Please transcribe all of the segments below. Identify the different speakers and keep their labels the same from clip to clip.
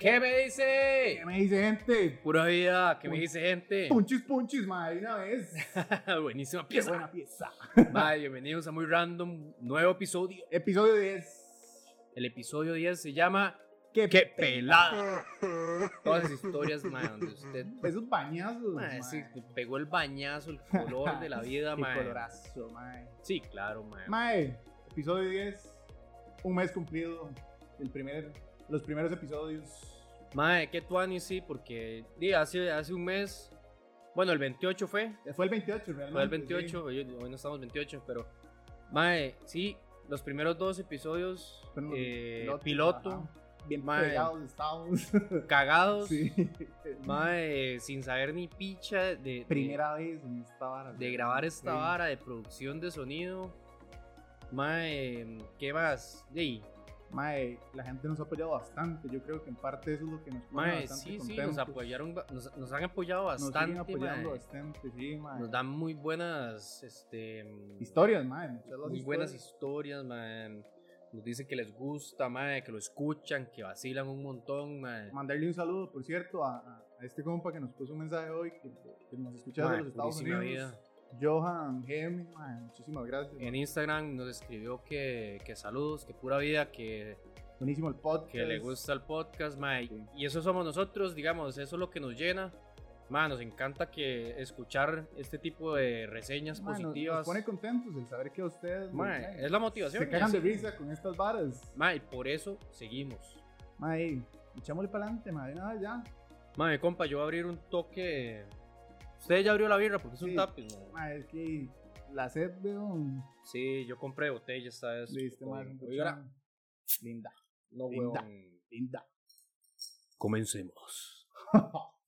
Speaker 1: ¿Qué me dice?
Speaker 2: ¿Qué me dice gente?
Speaker 1: Pura vida, ¿qué me dice gente?
Speaker 2: Punchis, punchis, madre, una vez.
Speaker 1: Buenísima
Speaker 2: Qué
Speaker 1: pieza.
Speaker 2: buena pieza.
Speaker 1: Madre, bienvenidos a Muy Random, nuevo episodio.
Speaker 2: Episodio 10.
Speaker 1: El episodio 10 se llama
Speaker 2: Qué,
Speaker 1: ¡Qué
Speaker 2: Ah,
Speaker 1: pelada! Todas las historias, madre, donde usted
Speaker 2: Esos bañazos.
Speaker 1: mae,
Speaker 2: mae.
Speaker 1: sí, pegó el bañazo, el color de la vida,
Speaker 2: Qué
Speaker 1: madre.
Speaker 2: colorazo, mae.
Speaker 1: Sí, claro, madre.
Speaker 2: Mae, episodio 10. Un mes cumplido. El primer, los primeros episodios.
Speaker 1: Madre, qué tuani, sí, porque di, hace, hace un mes, bueno, el 28 fue,
Speaker 2: Fue el 28, realmente.
Speaker 1: Fue el 28, hoy, hoy no estamos 28, pero. Mae, sí, los primeros dos episodios,
Speaker 2: Fueron los
Speaker 1: eh,
Speaker 2: pilotos,
Speaker 1: piloto,
Speaker 2: ajá. Bien
Speaker 1: Mae.
Speaker 2: pegados estábamos.
Speaker 1: cagados,
Speaker 2: sí.
Speaker 1: mae, sin saber ni picha de, de-
Speaker 2: Primera vez en esta vara.
Speaker 1: de grabar esta
Speaker 2: Sí.
Speaker 1: vara, de producción de sonido. Mae, ¿qué más? Ey,
Speaker 2: Mae, la gente nos ha apoyado bastante. Yo creo que en parte eso es lo que nos pone
Speaker 1: mae,
Speaker 2: bastante
Speaker 1: sí, sí,
Speaker 2: contentos.
Speaker 1: nos apoyaron, ba- nos, nos han apoyado
Speaker 2: Nos siguen
Speaker 1: bastante,
Speaker 2: apoyando
Speaker 1: mae.
Speaker 2: bastante, sí, mae.
Speaker 1: Nos dan muy buenas, este,
Speaker 2: historias, mae. Muchas las
Speaker 1: muy
Speaker 2: historias.
Speaker 1: buenas historias, man. Nos dicen que les gusta, man, que lo escuchan, que vacilan un montón, man.
Speaker 2: Mandarle un saludo, por cierto, a, a- a este compa que nos puso un mensaje hoy, que, que nos escucha
Speaker 1: Man,
Speaker 2: de los Estados
Speaker 1: purísima
Speaker 2: Unidos.
Speaker 1: vida.
Speaker 2: Johan GM, mae, muchísimas gracias.
Speaker 1: En Instagram nos escribió que, que saludos, que pura vida, que,
Speaker 2: Buenísimo el podcast.
Speaker 1: que le gusta el podcast, man.
Speaker 2: Sí.
Speaker 1: Y eso somos nosotros, digamos, eso es lo que nos llena. Man, nos encanta que escuchar este tipo de reseñas
Speaker 2: Mae, nos-
Speaker 1: positivas.
Speaker 2: Nos pone contentos el saber que ustedes
Speaker 1: Man,
Speaker 2: mae,
Speaker 1: es la motivación.
Speaker 2: se cagan
Speaker 1: es-
Speaker 2: de risa con estas varas.
Speaker 1: Man, y por eso seguimos.
Speaker 2: Mae, echámosle para adelante, mae, nada ya.
Speaker 1: Mae, compa, yo voy a abrir un toque. Usted ya abrió la birra porque es un
Speaker 2: Sí.
Speaker 1: tapiz, man.
Speaker 2: Mae, es que la sed, weón.
Speaker 1: Sí, yo compré botella esta vez.
Speaker 2: Listo,
Speaker 1: Oiga,
Speaker 2: mae, un
Speaker 1: oiga,
Speaker 2: colchón. Linda,
Speaker 1: no,
Speaker 2: Linda.
Speaker 1: huevón.
Speaker 2: linda.
Speaker 1: Comencemos.
Speaker 2: Esa vara.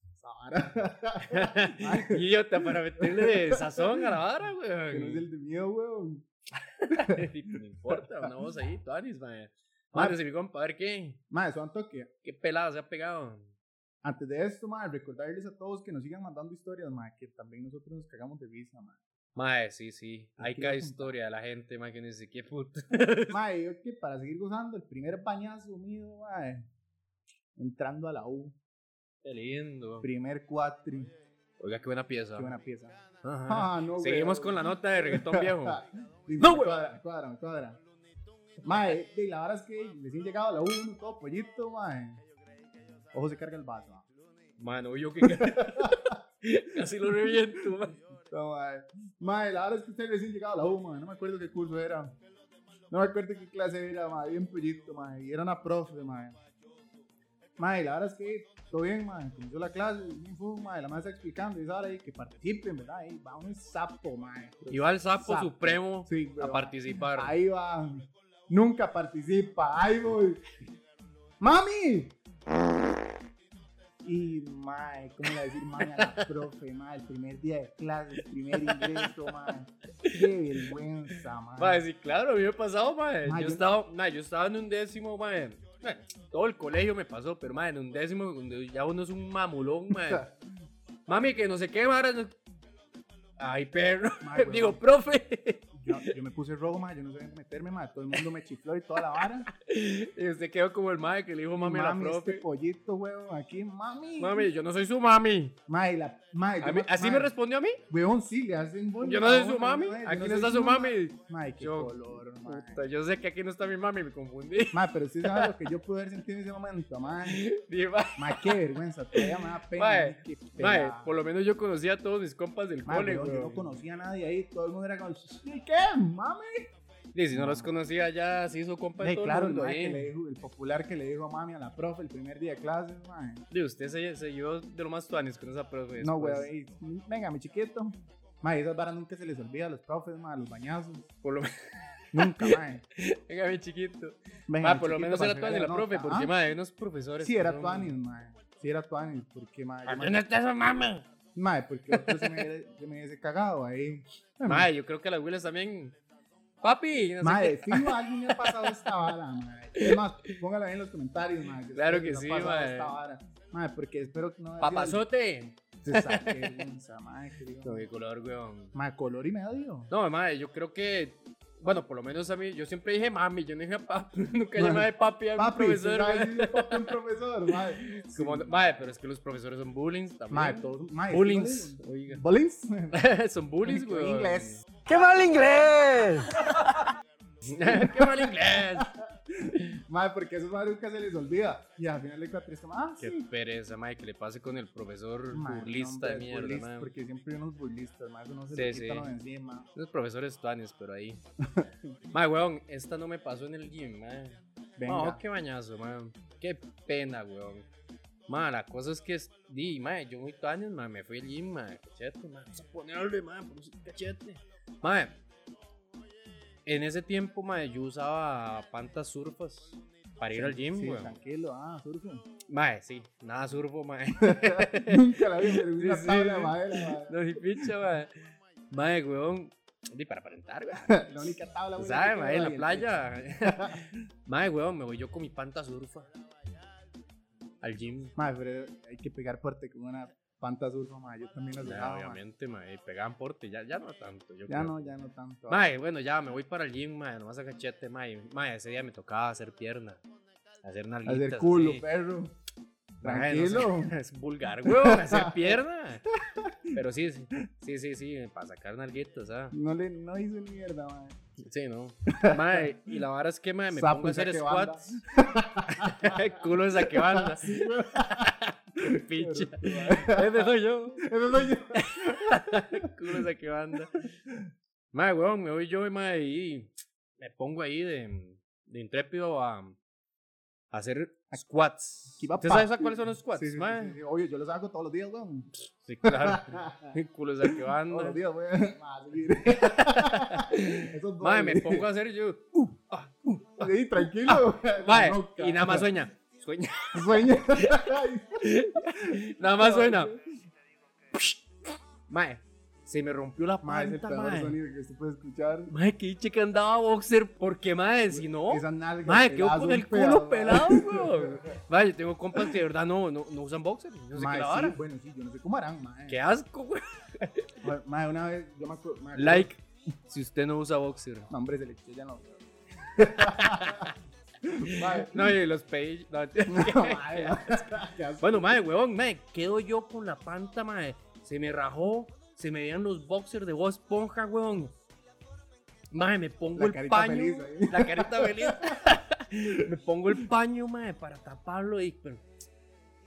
Speaker 2: Ay.
Speaker 1: Idiota, para meterle sazón a la vara,
Speaker 2: Que no es
Speaker 1: güey.
Speaker 2: el de miedo, weón.
Speaker 1: pues, no importa, una voz ahí, Tuanis, man. Mándese mi compa, a ver qué.
Speaker 2: Mae, eso toque.
Speaker 1: Qué pelada se ha pegado.
Speaker 2: Antes de esto, mae, recordarles a todos que nos sigan mandando historias, mae, que también nosotros nos cagamos de risa, mae.
Speaker 1: Mae, sí, sí. Hay
Speaker 2: Aquí
Speaker 1: cada
Speaker 2: lo contar.
Speaker 1: historia de la gente, mae, que ni sé qué puta.
Speaker 2: Mae, yo que para seguir gozando, el primer bañazo mío, mae. Entrando a la U,
Speaker 1: Qué lindo.
Speaker 2: primer cuatri.
Speaker 1: Oiga, qué buena pieza.
Speaker 2: Qué buena pieza.
Speaker 1: Ajá.
Speaker 2: Ah, no,
Speaker 1: Seguimos
Speaker 2: weón.
Speaker 1: con la nota de reggaetón viejo.
Speaker 2: Sí,
Speaker 1: No,
Speaker 2: me
Speaker 1: weón.
Speaker 2: Cuadra, me cuadra, me cuadra. Mae, y la verdad es que recién llegado a la U, uno todo pollito, mae. Ojo, se carga el vaso. mae.
Speaker 1: Mano, yo que casi lo reviento, man.
Speaker 2: No, mae. Mae, la verdad es que usted recién llegado a la U, mae. No me acuerdo qué curso era. No me acuerdo qué clase era, mae. Bien pollito, mae. Y era una profe, mae. Mae, la verdad es que todo bien, mae. Comenzó la clase, bien fue, mae. La madre está explicando y ahora ahí que participen, ¿verdad? Ahí va un sapo, mae.
Speaker 1: Y va el sapo, supremo
Speaker 2: Sí,
Speaker 1: a
Speaker 2: weón.
Speaker 1: participar.
Speaker 2: Ahí va. Nunca participa. Ahí voy. ¡Mami! Y, mae, ¿cómo le voy a decir mami a la profe, mae? El primer día de clases, primer ingreso, mae. Qué vergüenza,
Speaker 1: Mae,
Speaker 2: mae.
Speaker 1: sí, claro, a mí me ha pasado, mae.
Speaker 2: Mae,
Speaker 1: yo,
Speaker 2: yo-
Speaker 1: estaba, mae, yo estaba en un décimo, mae. Mae, Todo el colegio me pasó, pero mae, en un décimo, donde ya uno es un mamulón, mae. Mami, que no se qué, ahora no- Ay, perro.
Speaker 2: Mae, weón.
Speaker 1: Digo, profe.
Speaker 2: Yo, yo me puse rojo, mae, yo no sabía meterme, mae. Todo el mundo me chifló y toda la vara.
Speaker 1: Y usted quedó como el mae que le dijo mami, este a la profe.
Speaker 2: este pollito, huevón, aquí, mami.
Speaker 1: Mami, yo no soy su mami.
Speaker 2: Mae, la, mae, yo
Speaker 1: A mí- ¿Así me
Speaker 2: mae,
Speaker 1: respondió a mí?
Speaker 2: Weón, sí, le hacen bullying
Speaker 1: Yo no
Speaker 2: a
Speaker 1: soy su
Speaker 2: uno,
Speaker 1: mami.
Speaker 2: mae, yo
Speaker 1: Aquí no
Speaker 2: soy
Speaker 1: está su mami.
Speaker 2: Mae, qué
Speaker 1: Yo-
Speaker 2: color, mae.
Speaker 1: Puta, yo sé que aquí no está mi mami, me confundí.
Speaker 2: Mae, pero usted sabe lo que yo pude haber sentido en ese momento, mae.
Speaker 1: Dije, mae,
Speaker 2: Mae, qué vergüenza, todavía me da pena.
Speaker 1: Mae,
Speaker 2: mae, qué pena.
Speaker 1: mae, por lo menos yo conocía a todos mis compas del
Speaker 2: Mae,
Speaker 1: cole,
Speaker 2: weón, yo no
Speaker 1: weón.
Speaker 2: conocía a nadie ahí, todo el mundo era como, "¿Y qué, mami?
Speaker 1: Y si no los conocía ya, se hizo compa de
Speaker 2: Mae,
Speaker 1: todo el
Speaker 2: claro, el,
Speaker 1: mundo,
Speaker 2: mae que
Speaker 1: eh.
Speaker 2: le dijo, el popular que le dijo a mami a la profe el primer día de clases, mae.
Speaker 1: De usted se, se llevó de lo más tuanis con esa profe.
Speaker 2: No,
Speaker 1: después.
Speaker 2: weón, y, venga, mi chiquito. Mae, esas varas nunca se les olvida a los profes, mae, a los bañazos.
Speaker 1: Por lo
Speaker 2: Nunca, mae.
Speaker 1: Venga, mi chiquito.
Speaker 2: Venga,
Speaker 1: Ah,
Speaker 2: mi
Speaker 1: por lo
Speaker 2: chiquito,
Speaker 1: menos
Speaker 2: para
Speaker 1: era
Speaker 2: que
Speaker 1: tuanis
Speaker 2: vea
Speaker 1: la
Speaker 2: la
Speaker 1: profe,
Speaker 2: nota,
Speaker 1: porque
Speaker 2: ¿ah?
Speaker 1: madre, hay unos profesores.
Speaker 2: Sí,
Speaker 1: que
Speaker 2: era
Speaker 1: son-
Speaker 2: tuanis, mae. Sí, era tuanis, porque, mae. yo
Speaker 1: ¿A
Speaker 2: me-
Speaker 1: ¿Dónde está su mami?
Speaker 2: Mae, porque otro se me, hubiera- se me hubiese cagado ahí.
Speaker 1: Madre, yo creo que a las abuelas también. Papi, no sé
Speaker 2: Mae, fijo, a alguien le ha pasado esta vara, mae. Es más, póngalo ahí en los comentarios, mae.
Speaker 1: Claro
Speaker 2: ustedes
Speaker 1: que
Speaker 2: les ha
Speaker 1: sí,
Speaker 2: pasado
Speaker 1: mae.
Speaker 2: esta vara. Mae, porque espero que no...
Speaker 1: qué.
Speaker 2: haya
Speaker 1: Papazote.
Speaker 2: sido- Se saque vergüenza, mae, que digo,
Speaker 1: No, de color, weón.
Speaker 2: Mae, color y medio.
Speaker 1: No, madre, yo creo que. Bueno, por lo menos a mí, yo siempre dije mami, yo no dije papi, nunca
Speaker 2: Mae.
Speaker 1: llamé de papi a un
Speaker 2: Papi,
Speaker 1: profesor.
Speaker 2: usted sabe
Speaker 1: mae.
Speaker 2: decirle papi a un profesor, mae.
Speaker 1: Como, mae, pero es que los profesores son bullies también.
Speaker 2: Mae, todos- mae, es
Speaker 1: Bullings, oiga.
Speaker 2: ¿Bolins?
Speaker 1: son bullies, güey.
Speaker 2: Inglés.
Speaker 3: ¡Qué mal inglés!
Speaker 1: Qué mal inglés.
Speaker 2: Mae, porque a esos madres nunca se les olvida. Y al final de cuatro es como, ah,
Speaker 1: Qué
Speaker 2: sí.
Speaker 1: pereza, mae, que le pase con el profesor
Speaker 2: Mae,
Speaker 1: burlista de
Speaker 2: no, hombre,
Speaker 1: mierda,
Speaker 2: burlista,
Speaker 1: mae.
Speaker 2: Porque siempre hay unos burlistas, mae, que no se
Speaker 1: Sí,
Speaker 2: les
Speaker 1: sí.
Speaker 2: quitan lo de encima.
Speaker 1: Los profesores tuanes, pero ahí. mae, weón, esta no me pasó en el gym, mae.
Speaker 2: Venga.
Speaker 1: No, qué bañazo, man. Qué pena, weón. Man, la cosa es que, es- di, man, yo muy años, man, me fui al gym, man, cachete, man. Vamos a ponerle, man, por un cachete. Man, en ese tiempo, man, yo usaba pantas surfas para ir al gym,
Speaker 2: Sí,
Speaker 1: weón.
Speaker 2: tranquilo, ah, surfo.
Speaker 1: Man, sí, nada surfo, man.
Speaker 2: Nunca la vi, pero vi una
Speaker 1: Sí, sí,
Speaker 2: tabla
Speaker 1: sí.
Speaker 2: de madera,
Speaker 1: no, ni picha, man. Man, weón. Di, para aparentar, weón.
Speaker 2: mae. La única tabla,
Speaker 1: Tú
Speaker 2: güey.
Speaker 1: ¿Sabes, mae? En la
Speaker 2: Ahí,
Speaker 1: playa. mae, weón, me voy yo con mi panta surfa. Al gym.
Speaker 2: Mae, pero hay que pegar fuerte con una panta surfa, mae. Yo también las
Speaker 1: Ya,
Speaker 2: dejaba, mae.
Speaker 1: obviamente, mae, pegaban porte, ya, ya no tanto. Yo
Speaker 2: Ya
Speaker 1: creo.
Speaker 2: no, ya no tanto.
Speaker 1: Mae, bueno, ya me voy para el gym, mae, nomás a cachete, mae. Mae, ese día me tocaba hacer pierna, hacer nalguitas.
Speaker 2: Hacer culo,
Speaker 1: así.
Speaker 2: perro.
Speaker 1: Mae, no sé,
Speaker 2: Tranquilo.
Speaker 1: es vulgar, weón, hacer pierna. Pero sí, sí, sí, sí, sí, para sacar nalguitas, ¿ah?
Speaker 2: No, le, no hizo ni mierda, mae.
Speaker 1: Sí, ¿no? Mae, y la vara es que, mae, me
Speaker 2: Sapo
Speaker 1: pongo a
Speaker 2: y
Speaker 1: hacer
Speaker 2: saquebanda.
Speaker 1: squats. culo de saquebanda,
Speaker 2: Sí, güey.
Speaker 1: pinche.
Speaker 2: Pero, mae,
Speaker 1: Ese soy yo.
Speaker 2: Eso soy yo.
Speaker 1: culo de que banda. Mae, weón, me voy yo y mae, y me pongo ahí de, de intrépido a, a hacer squats.
Speaker 2: Aquí va
Speaker 1: ¿Usted
Speaker 2: pa.
Speaker 1: sabe cuáles son los squats,
Speaker 2: Sí, sí, sí,
Speaker 1: mae?
Speaker 2: sí, sí, Obvio, yo los hago todos los días, weón.
Speaker 1: Sí, claro. culo de que
Speaker 2: Todos
Speaker 1: banda.
Speaker 2: los días, weón. Mae, sí, mire. Esos
Speaker 1: Mae, me
Speaker 2: dobles.
Speaker 1: pongo a hacer yo.
Speaker 2: Sí, tranquilo. güey.
Speaker 1: Mae,
Speaker 2: Nunca.
Speaker 1: y nada más sueña. Sueña.
Speaker 2: Sueña.
Speaker 1: Nada más suena. Mae, se me rompió la
Speaker 2: Mae, es el
Speaker 1: panta,
Speaker 2: peor
Speaker 1: mae.
Speaker 2: sonido que usted puede escuchar.
Speaker 1: Mae, que chica andaba boxer. Porque, mae, si no.
Speaker 2: Esa nalga.
Speaker 1: Mae,
Speaker 2: que
Speaker 1: quedó
Speaker 2: da
Speaker 1: con
Speaker 2: un
Speaker 1: el culo pelado,
Speaker 2: mae.
Speaker 1: weón. Mae, yo tengo compas que de verdad no, no, no usan boxers. No sé
Speaker 2: Mae,
Speaker 1: qué la
Speaker 2: sí,
Speaker 1: vara.
Speaker 2: bueno, sí, yo no sé cómo harán, mae.
Speaker 1: Qué asco, güey.
Speaker 2: Mae, Mae, una vez, yo me acuerdo. mae,
Speaker 1: Like, si usted no usa boxer.
Speaker 2: No, hombre, se le chillan los Mae,
Speaker 1: No, y los page. no.
Speaker 2: no, mae, qué asco.
Speaker 1: bueno, madre, huevón, madre, quedo yo con la panta, madre. Se me rajó, se me veían los boxers de voz esponja, huevón. Madre, me pongo
Speaker 2: La
Speaker 1: el
Speaker 2: carita
Speaker 1: paño.
Speaker 2: feliz ahí.
Speaker 1: La carita feliz. me pongo el paño, madre, para taparlo. Y, pero,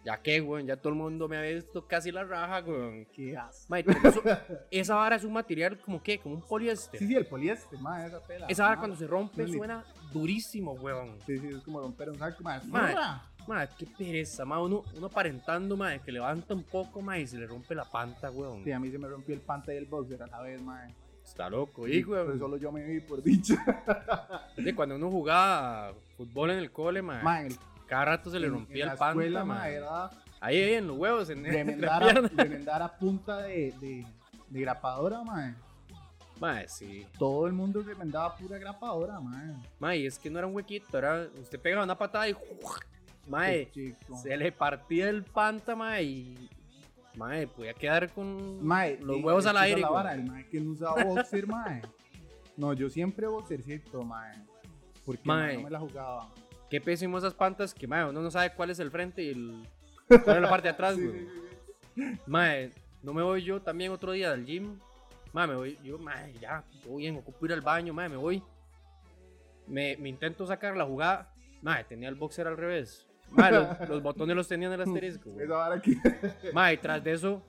Speaker 1: ya que, huevón, ya todo el mundo me ha visto casi la raja, huevón.
Speaker 2: Qué asco.
Speaker 1: Madre, pero eso- esa vara es un material como qué, como un poliéster.
Speaker 2: Sí, ah, sí, el poliéster, mae, esa tela.
Speaker 1: Esa vara
Speaker 2: mae.
Speaker 1: cuando se rompe
Speaker 2: Sí.
Speaker 1: suena durísimo, huevón.
Speaker 2: Sí, sí, es como romper un saco, mae.
Speaker 1: Mae.
Speaker 2: ¡zurra!
Speaker 1: Madre, qué pereza, madre. Uno, uno aparentando, madre, que levanta un poco, madre, y se le rompe la panta, weón.
Speaker 2: Sí, a mí se me rompió el pante y el boxer a la vez, mae.
Speaker 1: Está loco, y,
Speaker 2: Pero
Speaker 1: weón.
Speaker 2: solo yo me vi por dicho.
Speaker 1: De cuando uno jugaba fútbol en el cole, madre,
Speaker 2: Mae, en el-
Speaker 1: cada rato se le
Speaker 2: en-
Speaker 1: rompía
Speaker 2: en
Speaker 1: el
Speaker 2: la
Speaker 1: panta,
Speaker 2: escuela, mae,
Speaker 1: madre.
Speaker 2: era
Speaker 1: Ahí, ahí, en los huevos, en en la
Speaker 2: remendar a,
Speaker 1: pierna.
Speaker 2: remendar a punta de, de, de grapadora, mae.
Speaker 1: Madre, sí.
Speaker 2: Todo el mundo remendaba pura grapadora, mae.
Speaker 1: Madre, y es que no era un huequito, era... Usted pegaba una patada y... Madre,
Speaker 2: Qué chico.
Speaker 1: se le partía el panta, madre, y... Madre, podía quedar con
Speaker 2: Mae,
Speaker 1: los
Speaker 2: sí,
Speaker 1: huevos
Speaker 2: es
Speaker 1: al
Speaker 2: que esa
Speaker 1: aire,
Speaker 2: es la
Speaker 1: weón.
Speaker 2: vara, el mae que no usaba boxer, mae. No, yo siempre boxercito, mae. Porque mae,
Speaker 1: Mae.
Speaker 2: no me la jugaba.
Speaker 1: Qué pésimo esas pantas que, mae, uno no sabe cuál es el frente y el... cuál es la parte de atrás,
Speaker 2: Sí,
Speaker 1: güey.
Speaker 2: sí, sí,
Speaker 1: Mae, no me voy yo también otro día al gym. Mae, me voy, yo, mae, ya, todo bien, ocupo ir al baño, mae, me voy. Me, me intento sacar la jugada. Mae, tenía el boxer al revés. Mae, los, los botones los tenía en el asterisco,
Speaker 2: sí.
Speaker 1: güey.
Speaker 2: Esa vara que.
Speaker 1: Mae, y tras de eso,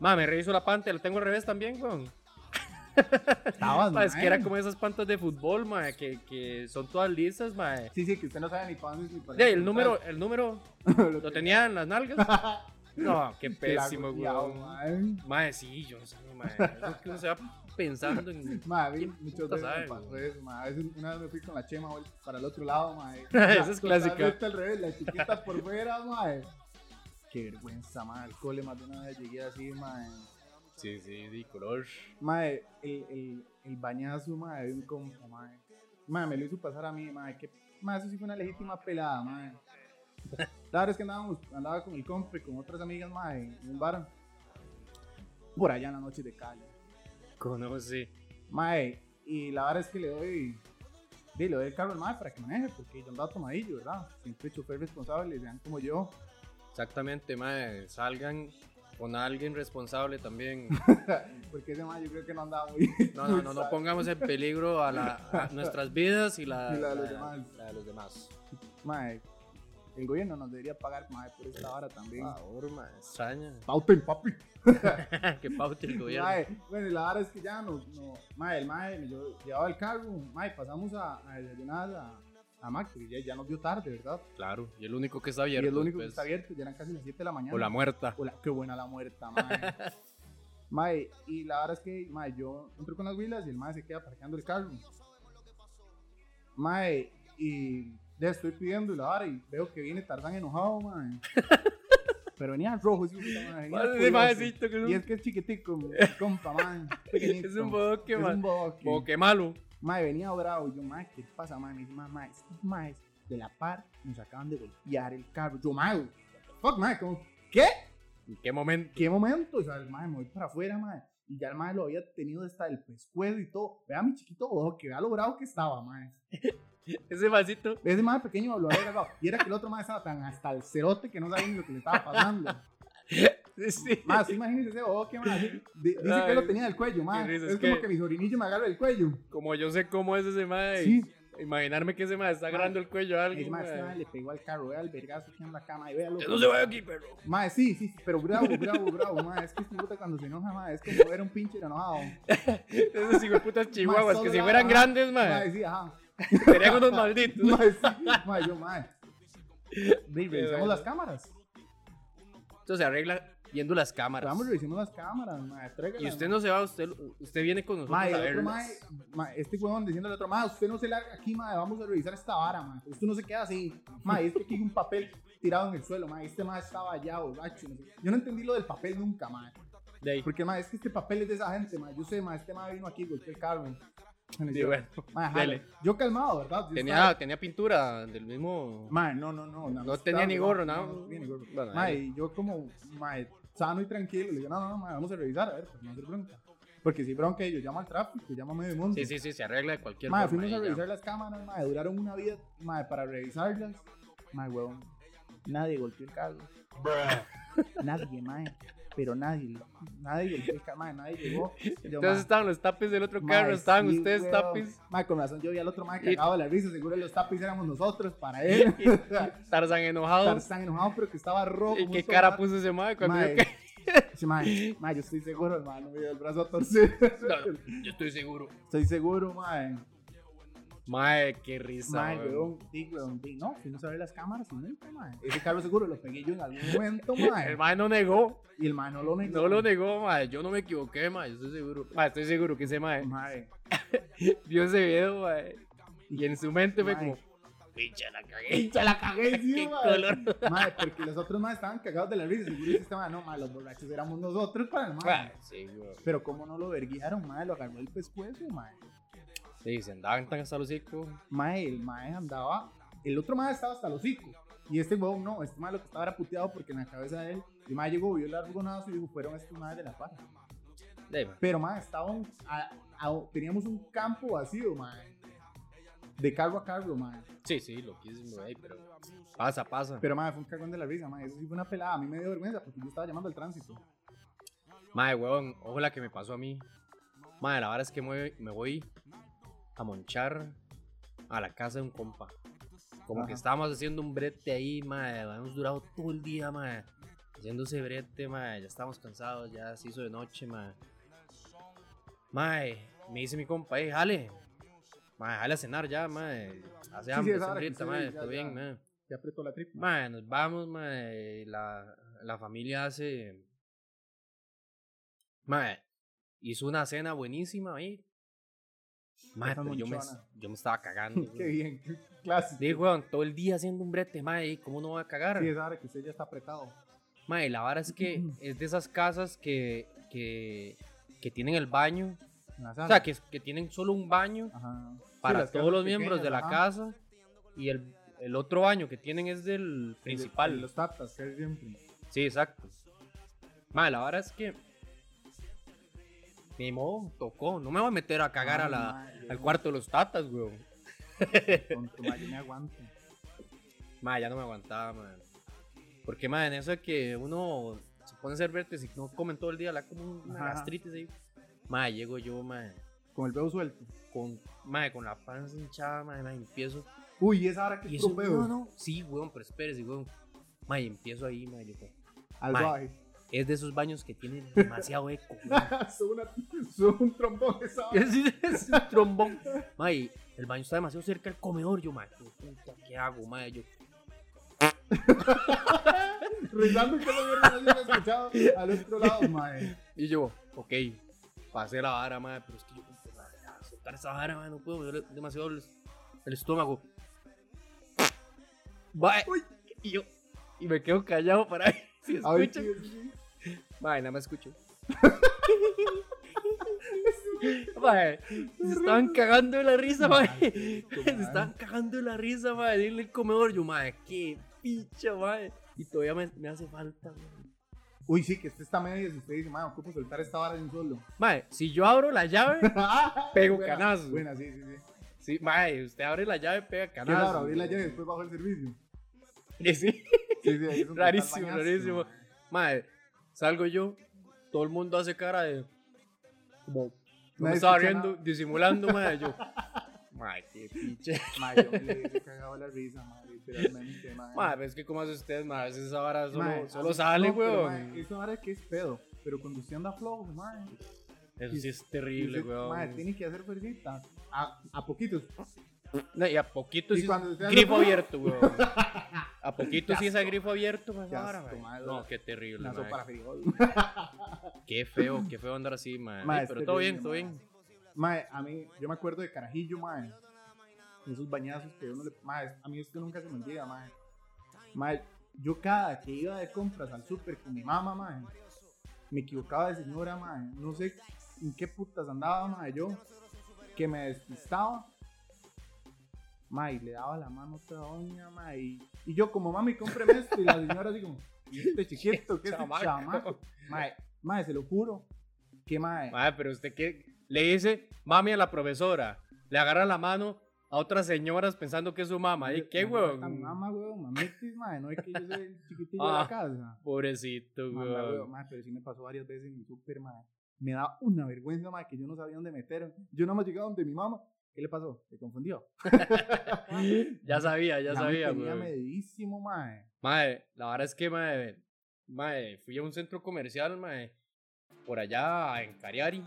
Speaker 1: mae, me reviso la panta, y la tengo al revés también, güey.
Speaker 2: Estabas,
Speaker 1: Es que era como esas pantas de fútbol, mae, que, que son todas lisas, mae.
Speaker 2: Sí, sí, que usted no sabe ni para dónde ni para
Speaker 1: De ahí, el número, el número
Speaker 2: Lo
Speaker 1: ¿Lo tenía en las nalgas? No, qué
Speaker 2: que la
Speaker 1: pésimo,
Speaker 2: golpeaba,
Speaker 1: güey.
Speaker 2: mae.
Speaker 1: Mae, sí, yo no sé, mae. Es que uno se va pensando en.
Speaker 2: Madre,
Speaker 1: ¿Quién
Speaker 2: muchas
Speaker 1: puta
Speaker 2: veces
Speaker 1: sabe,
Speaker 2: me pasó
Speaker 1: güey?
Speaker 2: eso, madre. A veces una vez me fui con la chema güey, para el otro lado, madre.
Speaker 1: Esa es clásica.
Speaker 2: Totalmente al revés, la chiquita por fuera, madre. Qué vergüenza, madre. Al cole más de una vez llegué así, madre.
Speaker 1: Sí, sí, di color.
Speaker 2: Madre, eh, el, el, el bañazo, madre, de un compa, madre. Madre, me lo hizo pasar a mí, madre. Que, madre, eso sí fue una legítima pelada, madre. La verdad es que andábamos, andaba con el compa y con otras amigas, madre, en un bar. Por allá en la noche de calle.
Speaker 1: Conoce.
Speaker 2: Mae, Y la verdad es que le doy, sí, le doy el carro al mae para que maneje, porque yo andaba tomadillo, ¿verdad? Siempre chofer responsable, sean como yo.
Speaker 1: Exactamente, mae. Salgan con alguien responsable también.
Speaker 2: Porque ese mae yo creo que no andaba muy
Speaker 1: No, no, no, no pongamos en peligro a, la, a nuestras vidas y la,
Speaker 2: Y la de los demás.
Speaker 1: la de los demás.
Speaker 2: Mae, el gobierno nos debería pagar, mae, por esta vara también.
Speaker 1: Por favor, mae. Extraña.
Speaker 2: Pauten, papi.
Speaker 1: que paute el gobierno.
Speaker 2: Mae, bueno, y la verdad es que ya nos, no, mae, el mae me llevó- llevaba el cargo, mae, pasamos a, a desayunar a, a Mac, porque ya, ya nos vio tarde, ¿verdad?
Speaker 1: Claro, y el único que está
Speaker 2: Y es
Speaker 1: abierto.
Speaker 2: lo único que
Speaker 1: pues,
Speaker 2: está abierto, ya eran casi las 7 de la mañana.
Speaker 1: O la muerta.
Speaker 2: Hola, qué buena la muerta, mae. mae, y la verdad es que, mae, yo entro con las huilas y el mae se queda parqueando el carro. Mae, y le estoy pidiendo y la vara y veo que viene Tarzán enojado, mae. Pero venía rojo, sí, puta, mae, venía
Speaker 1: Madre,
Speaker 2: furioso.
Speaker 1: maecito, que es un-
Speaker 2: pues, Y es que es chiquitico, mi compa, mae. pequeñito.
Speaker 1: Es un bodoque,
Speaker 2: Es
Speaker 1: mae.
Speaker 2: un bodoque.
Speaker 1: Bodoque malo.
Speaker 2: Mae, venía bravo. y Yo, mae, ¿qué pasa, mae? Me dice, mae, mae, estos maes de la par nos acaban de golpear el carro. Yo, mae, what the fuck, mae, ¿cómo? ¿Qué?
Speaker 1: ¿En qué momento?
Speaker 2: ¿Qué momento? O sea, el mae me voy para afuera, mae. Y ya el mae lo había tenido hasta el pescuezo y todo. Vea mi chiquito ojo, que vea lo bravo que estaba, mae.
Speaker 1: Ese vasito.
Speaker 2: Ese mae pequeño lo había agarrado. Y era que el otro mae estaba tan hasta el cerote que no sabía ni lo que le estaba pasando.
Speaker 1: Sí, sí.
Speaker 2: Más, imagínense ese ojo que mae. así. Di- Dice que
Speaker 1: Ay,
Speaker 2: lo tenía del cuello, mae.
Speaker 1: qué risa,
Speaker 2: es
Speaker 1: es
Speaker 2: como
Speaker 1: que-
Speaker 2: que mi sobrinillo me agarra el cuello.
Speaker 1: Como yo sé cómo es ese mae.
Speaker 2: Sí.
Speaker 1: Imaginarme que ese mae está agarrando el cuello a
Speaker 2: Es
Speaker 1: alguien.
Speaker 2: más, este
Speaker 1: mae.
Speaker 2: mae le pegó al carro, vea el vergazo que en la cama y véalo.
Speaker 1: Usted no se vaya aquí, perro.
Speaker 2: Mae, sí, sí, sí, pero bravo, bravo, bravo, mae. Es que este puta cuando se enoja, mae, es como ver a un pinche enojado.
Speaker 1: Esos hijueputas chihuahuas,
Speaker 2: Mae,
Speaker 1: que si
Speaker 2: solo-
Speaker 1: fueran
Speaker 2: ajá,
Speaker 1: grandes, mae,
Speaker 2: Mae, sí, ajá.
Speaker 1: serían unos malditos.
Speaker 2: Mae, sí, mae, yo, mae. Ve, Revisamos
Speaker 1: bueno.
Speaker 2: las cámaras.
Speaker 1: Esto se arregla viendo las cámaras.
Speaker 2: Vamos, revisemos las cámaras, mae.
Speaker 1: Y
Speaker 2: tráigalas,
Speaker 1: usted no se va, usted, usted viene con nosotros
Speaker 2: mae. Mae,
Speaker 1: a
Speaker 2: el otro, mae,
Speaker 1: verlas.
Speaker 2: mae, este huevón diciéndole al otro, mae, usted no se larga aquí, mae, vamos a revisar esta vara, mae. Usted no se queda así. Mae, es que aquí hay un papel tirado en el suelo, mae. Este mae estaba allá, borracho. no sé. Yo no entendí lo del papel nunca, mae.
Speaker 1: De ahí.
Speaker 2: Porque, mae, es que este papel es de esa gente, mae. Yo sé, mae, este mae vino aquí, golpeó el carro. Bueno,
Speaker 1: Sí,
Speaker 2: yo-
Speaker 1: bueno.
Speaker 2: mae, jale.
Speaker 1: dele.
Speaker 2: Yo calmado, ¿verdad? Yo estaba-
Speaker 1: Tenía, tenía pintura del mismo.
Speaker 2: Mae, no, no, no.
Speaker 1: No tenía ni gorro,
Speaker 2: nada
Speaker 1: nada.
Speaker 2: más estaba, no, no tenía ni gorro.
Speaker 1: Bueno,
Speaker 2: Mae,
Speaker 1: ahí.
Speaker 2: y yo como, mae, sano y tranquilo, le digo, no, no, no, mae, vamos a revisar, a ver, pues no hacer bronca. Porque si bronca, yo llamo al tráfico, llamo a medio mundo.
Speaker 1: Sí, sí, sí, se arregla de cualquier
Speaker 2: Mae,
Speaker 1: forma.
Speaker 2: fuimos a
Speaker 1: ahí ya.
Speaker 2: revisar las cámaras, mae, duraron una vida, mae, para revisarlas. Mae, huevón, nadie golpeó el carro. Nadie, mae, pero nadie, nadie golpeó el carro, mae, nadie llegó. Yo,
Speaker 1: Entonces
Speaker 2: mae,
Speaker 1: estaban los tapis del otro
Speaker 2: Mae,
Speaker 1: carro, estaban
Speaker 2: sí,
Speaker 1: ustedes
Speaker 2: weón.
Speaker 1: tapis.
Speaker 2: Mae, con razón yo vi al otro mae
Speaker 1: Y-
Speaker 2: cagado de la risa, seguro los tapis éramos nosotros para él. O sea,
Speaker 1: Tarzan enojados.
Speaker 2: Tarzán enojado, pero que estaba rojo.
Speaker 1: ¿Y
Speaker 2: como
Speaker 1: qué
Speaker 2: un
Speaker 1: cara
Speaker 2: tomate.
Speaker 1: puso ese mae cuando
Speaker 2: Mae,
Speaker 1: vio que-
Speaker 2: sí, mae, mae, yo estoy seguro, hermano, me dio el brazo a torcer.
Speaker 1: No, yo estoy seguro.
Speaker 2: Estoy seguro, mae.
Speaker 1: Mae, qué risa.
Speaker 2: Mae,
Speaker 1: weón.
Speaker 2: weón, sí, weón, sí, no, fuimos a ver las cámaras y nunca, mae. Ese carro seguro lo pegué yo en algún momento,
Speaker 1: El
Speaker 2: mae.
Speaker 1: mae no negó.
Speaker 2: Y el mae no lo negó.
Speaker 1: No lo negó, mae. Yo no me equivoqué, mae. Yo estoy seguro. Mae, estoy seguro que ese mae
Speaker 2: Mae,
Speaker 1: vio ese video, mae. Y en su mente fue
Speaker 2: Mae.
Speaker 1: como, pincha la cagué.
Speaker 2: pinche la cagué, sí,
Speaker 1: Qué
Speaker 2: mae.
Speaker 1: color.
Speaker 2: Mae, porque los otros más estaban cagados de la risa. Seguro dice este mae, no, mae, los borrachos éramos nosotros para el mae.
Speaker 1: Mae, sí, weón.
Speaker 2: Pero como no lo verguiaron, mae, lo agarró el pescuezo, mae.
Speaker 1: Sí, se andaban tan hasta los hocico.
Speaker 2: Mae, el mae andaba, el otro mae estaba hasta los hocico. Y este huevón no, este mae lo que estaba era puteado porque en la cabeza de él, el mae llegó, vio el argonazo y dijo, fueron estos maes de la par.
Speaker 1: De ahí, mae.
Speaker 2: Pero mae, estaba un- a- a- teníamos un campo vacío, mae. De cargo a cargo, mae.
Speaker 1: Sí, sí, loquísimo, ahí, pero pasa, pasa.
Speaker 2: Pero mae, fue un cagón de la risa, mae. Eso sí fue una pelada, a mí me dio vergüenza porque yo estaba llamando al tránsito.
Speaker 1: Mae, weón, ojo la que me pasó a mí. Mae, la verdad es que me, me voy a monchar a la casa de un compa. Como
Speaker 2: Ajá.
Speaker 1: que estábamos haciendo un brete ahí, mae. Hemos durado todo el día, mae. Haciendo ese brete, mae. Ya estábamos cansados, ya se hizo de noche, mae. Mae, me dice mi compa, eh, jale. Mae, jale a cenar ya, mae. Hace
Speaker 2: sí,
Speaker 1: hambre,
Speaker 2: es
Speaker 1: hace
Speaker 2: hora que
Speaker 1: hambrita,
Speaker 2: sí,
Speaker 1: mae.
Speaker 2: ya,
Speaker 1: Todo bien,
Speaker 2: ya.
Speaker 1: mae.
Speaker 2: Ya apretó la tripa.
Speaker 1: Mae, nos vamos, mae. La, la familia hace. Mae, hizo una cena buenísima ahí. Mae,
Speaker 2: Esa
Speaker 1: pero yo me,
Speaker 2: monchona.
Speaker 1: yo me estaba cagando.
Speaker 2: Qué
Speaker 1: güey.
Speaker 2: bien, qué clásico.
Speaker 1: Digo, weón, todo el día haciendo un brete, mae, ¿y ¿cómo no va a cagar?
Speaker 2: Sí, es ahora que usted ya está apretado.
Speaker 1: Mae, la vara es que es de esas casas que, que, que tienen el baño.
Speaker 2: En la
Speaker 1: O
Speaker 2: sala.
Speaker 1: sea, que, que tienen solo un baño
Speaker 2: Ajá. Ah, Sí,
Speaker 1: para
Speaker 2: las
Speaker 1: todos los
Speaker 2: casas
Speaker 1: miembros de la
Speaker 2: pequeñas, ajá.
Speaker 1: casa. Y el, el otro baño que tienen es del principal.
Speaker 2: De los tatas, que es siempre.
Speaker 1: Sí, exacto. Madre, la vara es que Ni modo, tocó. No me voy a meter a cagar a la,
Speaker 2: Ay,
Speaker 1: al cuarto de los tatas, weón.
Speaker 2: tonto, ma, yo me aguanto.
Speaker 1: Ma, ya no me aguantaba, man. Porque, ma, en eso de que uno se pone a ser verte, si no comen todo el día, la como una
Speaker 2: Ajá.
Speaker 1: gastritis ahí. Ma, llego yo, ma,
Speaker 2: Con el peo suelto.
Speaker 1: con, ma, con la panza hinchada, ma, ma, empiezo.
Speaker 2: Uy, esa hora que
Speaker 1: Y
Speaker 2: es
Speaker 1: eso,
Speaker 2: puro peo.
Speaker 1: no, no, sí, weón, pero espérese, weón. Ma, y empiezo ahí, ma, yo como,
Speaker 2: Al
Speaker 1: Ma.
Speaker 2: baje.
Speaker 1: Es de esos baños que tienen demasiado eco, weón.
Speaker 2: Sube una- sube un trombón esa hora.
Speaker 1: Es, es un trombón. Ma, y el baño está demasiado cerca del comedor, yo, ma, yo, puta, ¿qué hago, ma? Yo,
Speaker 2: Rezando que lo vieron no hayan escuchado al otro lado, mae.
Speaker 1: Y yo, ok, pasé la vara, madre, pero es que yo, puta, madre, ya, soltar esa vara, madre, no puedo, me duele demasiado el, el estómago. Mae, y yo, y me quedo callado para ver si
Speaker 2: A ver,
Speaker 1: escuchan. Mae, nada más escucho. Mae, se estaban cagando de la risa, mae. Se
Speaker 2: madre.
Speaker 1: estaban cagando de la risa, mae. Dile el comedor, yo, mae, qué picha, mae. Y todavía me, me hace falta, mae.
Speaker 2: Uy, sí, que este está medio y usted dice, mae, ocupo soltar esta vara de un solo.
Speaker 1: Mae, si yo abro la llave, Pego
Speaker 2: Buena,
Speaker 1: canazo.
Speaker 2: Buena, sí, sí, sí.
Speaker 1: Sí, mae, usted abre la llave, pega
Speaker 2: Qué
Speaker 1: canazo.
Speaker 2: raro, abrir la llave y después bajo el servicio.
Speaker 1: Eh, Sí,
Speaker 2: Sí, sí, ahí es un
Speaker 1: rarísimo,
Speaker 2: total bañazo,
Speaker 1: rarísimo.
Speaker 2: mae.
Speaker 1: Mae, salgo yo, todo el mundo hace cara de. Como. No me
Speaker 2: Nadie
Speaker 1: estaba
Speaker 2: escucha
Speaker 1: riendo,
Speaker 2: nada.
Speaker 1: disimulando, mae, yo. Mae, qué pinche.
Speaker 2: Mae, yo me le he cagado la risa, mae, literalmente, mae.
Speaker 1: Mae, es que como hace usted, mae, a veces esa vara solo,
Speaker 2: Mae,
Speaker 1: solo
Speaker 2: así-
Speaker 1: sale,
Speaker 2: no, pero,
Speaker 1: weón.
Speaker 2: mae, Esa vara que es pedo, pero conduciendo a flow, mae.
Speaker 1: Eso sí es terrible,
Speaker 2: Usted,
Speaker 1: weón.
Speaker 2: Mae, tiene que hacer fuercita. A, a poquitos.
Speaker 1: No, y a poquito
Speaker 2: Y
Speaker 1: sí.
Speaker 2: cuando usted hace-
Speaker 1: Grifo abierto, weón. A poquito sí es a grifo abierto, mae,
Speaker 2: Qué
Speaker 1: esa vara,
Speaker 2: asco,
Speaker 1: mae.
Speaker 2: mae,
Speaker 1: No,
Speaker 2: la-
Speaker 1: qué terrible,
Speaker 2: Una
Speaker 1: mae.
Speaker 2: sopa de frijol.
Speaker 1: Qué feo, qué feo andar así, mae.
Speaker 2: Mae,
Speaker 1: Ay,
Speaker 2: es
Speaker 1: Pero todo bien,
Speaker 2: terrible,
Speaker 1: todo
Speaker 2: mae.
Speaker 1: bien.
Speaker 2: Mae, a mí, yo me acuerdo de Carajillo, mae. Esos bañazos que uno le. Mae, a mí esto nunca se me olvida, mae. Mae, yo cada que iba de compras al súper con mi mamá, mae, me equivocaba de señora, mae. No sé en qué putas andaba, mae, yo. Que me despistaba. Mae, y le daba la mano a otra doña, mae. Y, y yo, como mami, cómpreme esto. Y la señora, así como, "¿Y este chiquito, ¿qué es este
Speaker 1: Chamaco.
Speaker 2: chamaco? Mae, mae, se lo juro. Que mae.
Speaker 1: Mae, pero usted qué le dice mami a la profesora, le agarra la mano a otras señoras pensando que es su mamá. ¿Y qué,
Speaker 2: Me mata Mi
Speaker 1: weón?
Speaker 2: mamá, weón, mamitis, madre, no es que yo soy el chiquitillo de
Speaker 1: Ah,
Speaker 2: la casa.
Speaker 1: Pobrecito,
Speaker 2: Manda, weón,
Speaker 1: weón.
Speaker 2: madre, pero sí me pasó varias veces en mi súper, madre. Me da una vergüenza, madre, que yo no sabía dónde meter. Yo no me llegaba donde mi mamá. ¿Qué le pasó? Se confundió.
Speaker 1: Ya sabía, ya
Speaker 2: La
Speaker 1: sabía,
Speaker 2: tenía
Speaker 1: weón.
Speaker 2: medidísimo, madre.
Speaker 1: Mae, la verdad es que, mae, mae, fui a un centro comercial, mae, por allá en Cariari.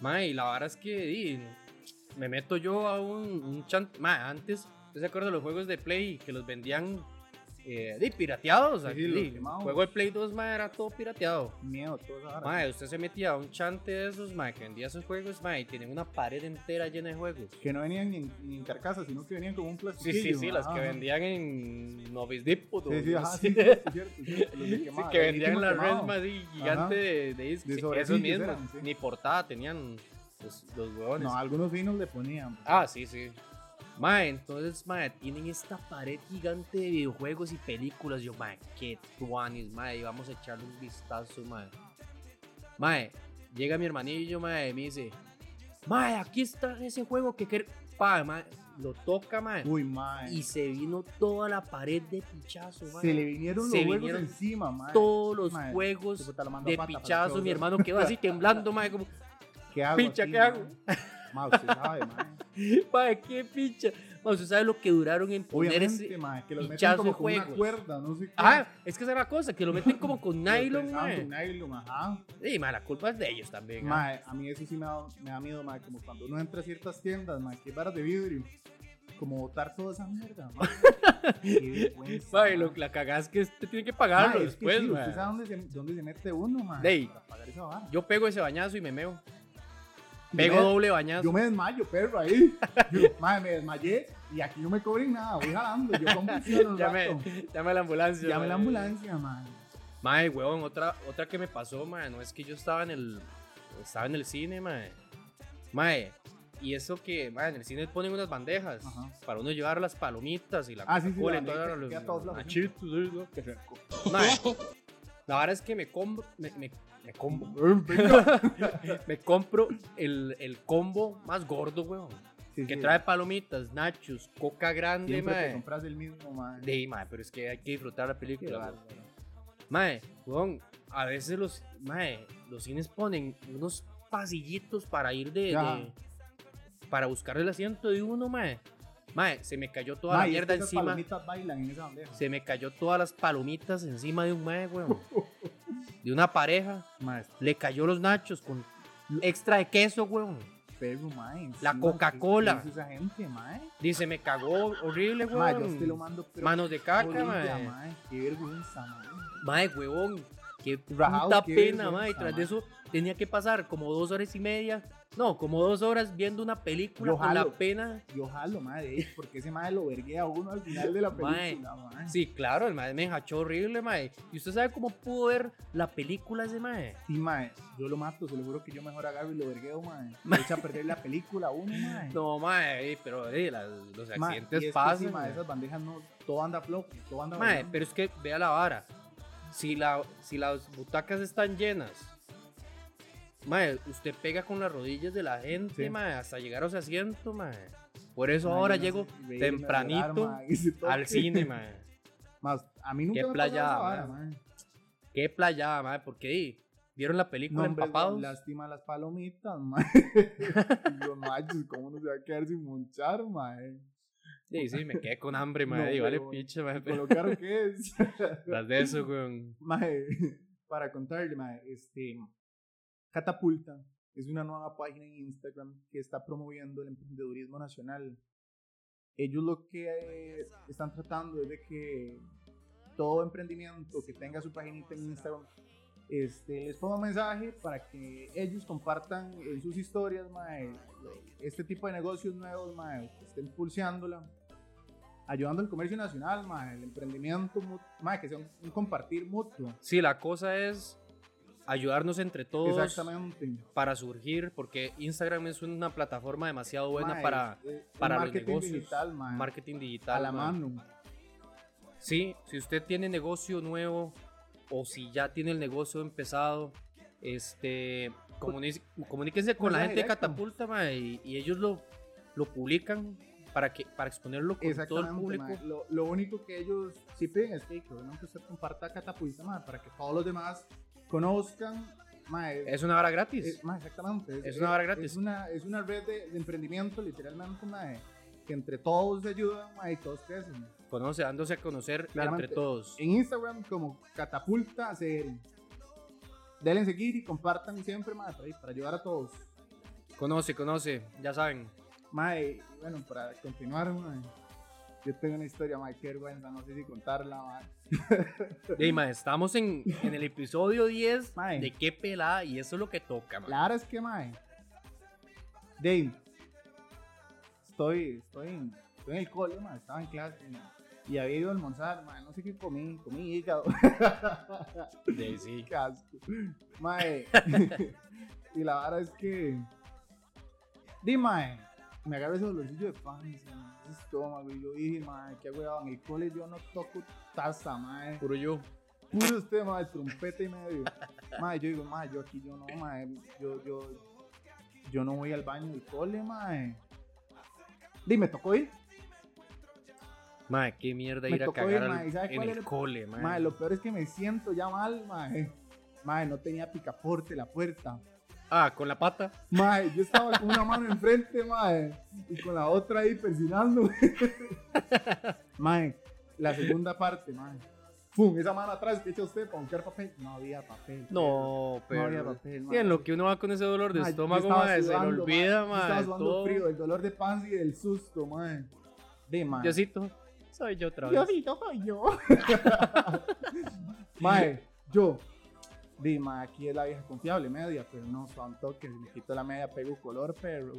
Speaker 1: Mae, y la verdad es que di, me meto yo a un, un chan- Mae, antes, ¿usted se acuerda de los juegos de Play que los vendían eh, di, pirateados?
Speaker 2: Sí,
Speaker 1: aquí?
Speaker 2: sí, los
Speaker 1: El
Speaker 2: quemados.
Speaker 1: juego de Play 2, mae, era todo pirateado.
Speaker 2: Miedo, todo esa vara.
Speaker 1: Mae, usted se metía a un chante de esos, mae, que vendía esos juegos, mae, y tienen una pared entera llena de juegos.
Speaker 2: Que no venían ni en, ni en carcasa, sino que venían como un
Speaker 1: Sí,
Speaker 2: plastiquillo.
Speaker 1: sí, sí,
Speaker 2: madre,
Speaker 1: las que
Speaker 2: ajá.
Speaker 1: vendían en Novisdiput.
Speaker 2: Sí, sí,
Speaker 1: no
Speaker 2: ajá,
Speaker 1: sé.
Speaker 2: sí, sí, es cierto, es cierto, los de
Speaker 1: Sí,
Speaker 2: quemado,
Speaker 1: que vendían en
Speaker 2: legítimo
Speaker 1: la red
Speaker 2: quemado.
Speaker 1: más sí, gigante
Speaker 2: Ajá.
Speaker 1: de, de discos. sí,
Speaker 2: De
Speaker 1: esos
Speaker 2: sobrecillos
Speaker 1: mismos.
Speaker 2: eran, sí.
Speaker 1: Ni portada tenían los, los huevones.
Speaker 2: No, algunos vinos le ponían. pues.
Speaker 1: Ah, sí, sí. Mae, entonces, mae, tienen esta pared gigante de videojuegos y películas. Yo, mae, qué tuanis, mae, y vamos a echarle un vistazo, mae. Mae, llega mi hermanillo, mae, y me dice, mae, aquí está ese juego que quer... Pa, mae, lo toca, mae.
Speaker 2: Uy, madre.
Speaker 1: Y se vino toda la pared de pichazo, mae.
Speaker 2: Se le vinieron los
Speaker 1: Se
Speaker 2: huevos
Speaker 1: vinieron
Speaker 2: encima, madre.
Speaker 1: Todos los
Speaker 2: Mae,
Speaker 1: juegos
Speaker 2: puta, lo mando a
Speaker 1: de
Speaker 2: pata para que
Speaker 1: pichazo.
Speaker 2: vos
Speaker 1: Mi
Speaker 2: veas.
Speaker 1: hermano quedó así temblando, mae, como,
Speaker 2: ¿Qué hago?
Speaker 1: Picha,
Speaker 2: aquí,
Speaker 1: ¿qué hago?
Speaker 2: mae? Ma, usted sabe, mae.
Speaker 1: mae, qué picha. Mae, usted sabe lo que duraron en poner ese...
Speaker 2: Obviamente, mae, que los meten
Speaker 1: pichazo
Speaker 2: como con una
Speaker 1: juegos.
Speaker 2: cuerda, no sé qué.
Speaker 1: Ajá, es que esa es la cosa, que lo meten como con
Speaker 2: Los
Speaker 1: nylon,
Speaker 2: trenzaban
Speaker 1: mae.
Speaker 2: con nylon, ajá.
Speaker 1: Sí, mae, la culpa es de ellos también. ah.
Speaker 2: Mae, a mí eso sí me da, me da miedo, mae, como cuando uno entra a ciertas tiendas, mae, que varas de vidrio. Como botar toda esa mierda, mae. Qué vergüenza,
Speaker 1: Mae, lo
Speaker 2: mae.
Speaker 1: que la cagás es que te tiene que
Speaker 2: Mae,
Speaker 1: pagarlo
Speaker 2: es que
Speaker 1: después,
Speaker 2: sí,
Speaker 1: mae.
Speaker 2: usted sabe dónde se, dónde se mete uno, mae,
Speaker 1: Dey.
Speaker 2: para pagar esa vara.
Speaker 1: Yo pego ese bañazo y me meo. Pego
Speaker 2: me-
Speaker 1: doble bañazo.
Speaker 2: Yo me desmayo, perro, ahí. Yo, mae, me desmayé y aquí no me cobren nada, voy jalando, yo convulsiono un
Speaker 1: Llame,
Speaker 2: rato.
Speaker 1: llame a la ambulancia.
Speaker 2: Llame a la
Speaker 1: mae.
Speaker 2: ambulancia, mae.
Speaker 1: Mae, huevón, otra, otra que me pasó, mae, no es que yo estaba en el, estaba en el cine, mae. Mae, y eso que, mae, en el cine ponen unas bandejas
Speaker 2: Ajá.
Speaker 1: para uno llevar las palomitas y la
Speaker 2: Ah, sí, sí,
Speaker 1: Coca-Cola
Speaker 2: la
Speaker 1: y toda
Speaker 2: bandeja
Speaker 1: la-
Speaker 2: que
Speaker 1: los-
Speaker 2: queda todo
Speaker 1: los
Speaker 2: flaco.
Speaker 1: nachitos, sí, ¿no? Mae, la verdad es que me, com- me, me- Me combo.
Speaker 2: Venga.
Speaker 1: Me compro el, el combo más gordo, weón.
Speaker 2: Sí,
Speaker 1: Que
Speaker 2: sí.
Speaker 1: trae palomitas, nachos, coca grande,
Speaker 2: Siempre te
Speaker 1: mae.
Speaker 2: compras el mismo, mae.
Speaker 1: De mae, pero es que hay que disfrutar la
Speaker 2: Qué
Speaker 1: película, weón.
Speaker 2: bárbaro.
Speaker 1: Mae, weón, a veces los, mae, los cines ponen unos pasillitos para ir de,
Speaker 2: Ajá.
Speaker 1: de- para buscar el asiento de uno, mae. Mae, se me cayó toda
Speaker 2: Mae,
Speaker 1: la
Speaker 2: es
Speaker 1: mierda
Speaker 2: que esas
Speaker 1: encima.
Speaker 2: palomitas bailan en esa bandeja.
Speaker 1: Se me cayó todas las palomitas encima de un mae, weón. De una pareja.
Speaker 2: Mae, este
Speaker 1: Le cayó los nachos con extra de queso, weón.
Speaker 2: perro, mae.
Speaker 1: La
Speaker 2: encima,
Speaker 1: Coca-Cola.
Speaker 2: ¿qué es esa gente, mae?
Speaker 1: Dice, me cagó horrible, weón.
Speaker 2: Mae, yo te lo mando. pero
Speaker 1: Manos de caca,
Speaker 2: bolilla,
Speaker 1: mae.
Speaker 2: Qué vergüenza, mae.
Speaker 1: Mae, huevón. Qué
Speaker 2: Rajao,
Speaker 1: puta
Speaker 2: qué
Speaker 1: pena,
Speaker 2: vergüenza,
Speaker 1: mae. Tras de
Speaker 2: mae.
Speaker 1: eso tenía que pasar como dos horas y media. No, como dos horas viendo una película
Speaker 2: Yo
Speaker 1: con la
Speaker 2: jalo.
Speaker 1: pena.
Speaker 2: Yo jalo, mae, de ahí, porque ese mae lo verguea a uno al final de la
Speaker 1: Mae,
Speaker 2: película, mae.
Speaker 1: Sí, claro, el mae me enjachó horrible, mae. ¿Y usted sabe cómo pudo ver la película ese mae?
Speaker 2: Sí, mae, yo lo mato, se lo juro que yo mejor agarro y lo vergueo, mae. Me
Speaker 1: Mae.
Speaker 2: echa a perder la película a uno, mae.
Speaker 1: No, mae, eh, pero eh, las- los
Speaker 2: Mae,
Speaker 1: accidentes
Speaker 2: y es que
Speaker 1: pasan.
Speaker 2: sí, mae,
Speaker 1: mae.
Speaker 2: esas bandejas no, todo anda flojo, todo anda
Speaker 1: Mae,
Speaker 2: bailando.
Speaker 1: pero es que vea la vara. Si, la, si las butacas están llenas, mae, usted pega con las rodillas de la gente,
Speaker 2: Sí.
Speaker 1: mae, hasta llegar a su asiento, mae. Por eso
Speaker 2: Mae,
Speaker 1: ahora
Speaker 2: yo no
Speaker 1: llego
Speaker 2: sé, reírme,
Speaker 1: tempranito
Speaker 2: llorar, mae, ese toque.
Speaker 1: al cine, mae.
Speaker 2: Más, a mí nunca
Speaker 1: Qué
Speaker 2: me pasó
Speaker 1: playada,
Speaker 2: esa vara,
Speaker 1: mae.
Speaker 2: mae.
Speaker 1: Qué playada, mae, porque ahí vieron la
Speaker 2: No,
Speaker 1: película
Speaker 2: hombre,
Speaker 1: empapados.
Speaker 2: lástima las palomitas, mae. Los machos, ¿cómo no se va a quedar sin monchar, mae?
Speaker 1: Sí, sí, me quedé con hambre, mae,
Speaker 2: No,
Speaker 1: y vale
Speaker 2: huevón.
Speaker 1: pinche, mae,
Speaker 2: Con
Speaker 1: pero
Speaker 2: lo caro que es.
Speaker 1: tras de eso, weón.
Speaker 2: Mae, para contarle, mae, este, Catapulta es una nueva página en Instagram que está promoviendo el emprendedurismo nacional. Ellos lo que eh, están tratando es de que todo emprendimiento que tenga su paginita en Instagram este, les ponga un mensaje para que ellos compartan en sus historias mae, este tipo de negocios nuevos, mae, que estén pulseándola ayudando al comercio nacional, mae, el emprendimiento, mu- mae, que sea un, un compartir mutuo.
Speaker 1: Sí, la cosa es ayudarnos entre todos
Speaker 2: Exactamente.
Speaker 1: para surgir, porque Instagram es una plataforma demasiado buena
Speaker 2: Mae,
Speaker 1: para...
Speaker 2: es- es
Speaker 1: para los
Speaker 2: marketing
Speaker 1: negocios,
Speaker 2: digital, mae,
Speaker 1: marketing digital.
Speaker 2: a la
Speaker 1: mae.
Speaker 2: mano.
Speaker 1: Sí, si usted tiene negocio nuevo o si ya tiene el negocio empezado, este, comuni- comuníquense con la
Speaker 2: Mensaje
Speaker 1: gente de
Speaker 2: Pues directo.
Speaker 1: Catapulta mae, y, y ellos lo, lo publican para, que, para exponerlo con todo el
Speaker 2: Exactamente.
Speaker 1: público.
Speaker 2: mae. Lo, lo único que ellos sí piden es que, que obviamente usted comparta catapulta, mae, para que todos los demás conozcan, mae,
Speaker 1: Es una vara gratis.
Speaker 2: Es, mae, exactamente.
Speaker 1: Es una vara gratis.
Speaker 2: Es una, es una red de, de emprendimiento, literalmente, mae, que entre todos se ayudan, mae, y todos crecen.
Speaker 1: Conoce, dándose a conocer
Speaker 2: Claramente.
Speaker 1: entre todos.
Speaker 2: en Instagram como Catapulta CR. Denle seguir y compartan siempre, madre, por ahí, para ayudar a todos.
Speaker 1: Conoce, conoce, ya saben.
Speaker 2: Madre, bueno, para continuar, madre, yo tengo una historia, madre, qué vergüenza, no sé si contarla, madre.
Speaker 1: Ey, mae, estamos en, en el episodio 10
Speaker 2: Mae.
Speaker 1: de qué pelada y eso es lo que toca. mae.
Speaker 2: eh. La verdad es que, madre, Dave, estoy, estoy, en, estoy en el cole, madre, estaba en clase, mae, y había ido a almorzar, madre, no sé qué comí, comí hígado.
Speaker 1: Sí, sí.
Speaker 2: Qué asco. Mae. y la vara es que. Di, mae. Me agarro ese dolorcillo de panza, mae, ese estómago. Y yo dije, mae, qué huevado. En el cole yo no toco taza, mae.
Speaker 1: Puro yo.
Speaker 2: Puro usted, mae, trompeta y medio. Mae, yo digo, mae, yo aquí yo no, mae. Yo, yo, yo no voy al baño del cole, mae. Dime, tocó ir.
Speaker 1: Mae, qué mierda
Speaker 2: Me
Speaker 1: ir a
Speaker 2: tocó
Speaker 1: cagar
Speaker 2: ir,
Speaker 1: al-
Speaker 2: mae, ¿y sabe
Speaker 1: en
Speaker 2: cuál
Speaker 1: el
Speaker 2: era el-
Speaker 1: cole, mae.
Speaker 2: Mae, lo peor es que me siento ya mal, mae. Mae, no tenía picaporte la puerta.
Speaker 1: Ah, con la pata.
Speaker 2: Mae, yo estaba con una mano enfrente, mae, y con la otra ahí persinando. mae, la segunda parte, mae. Pum, esa mano atrás que echa usted para buscar papel. No había papel.
Speaker 1: No,
Speaker 2: no
Speaker 1: pero.
Speaker 2: había papel,
Speaker 1: Sí, en
Speaker 2: mae.
Speaker 1: lo que uno va con ese dolor de
Speaker 2: Mae, yo
Speaker 1: estómago,
Speaker 2: estaba
Speaker 1: mae, se le
Speaker 2: sudando,
Speaker 1: olvida,
Speaker 2: mae. Yo Estaba
Speaker 1: mae.
Speaker 2: sudando
Speaker 1: Todo.
Speaker 2: frío, el dolor de panza y del susto, mae. De, mae.
Speaker 1: Diosito, soy yo otra vez.
Speaker 2: Diosito, soy yo. mae, yo. Di, mae, aquí es la vieja confiable, media, pero no, son toques. Me quito la media, pego color, pero.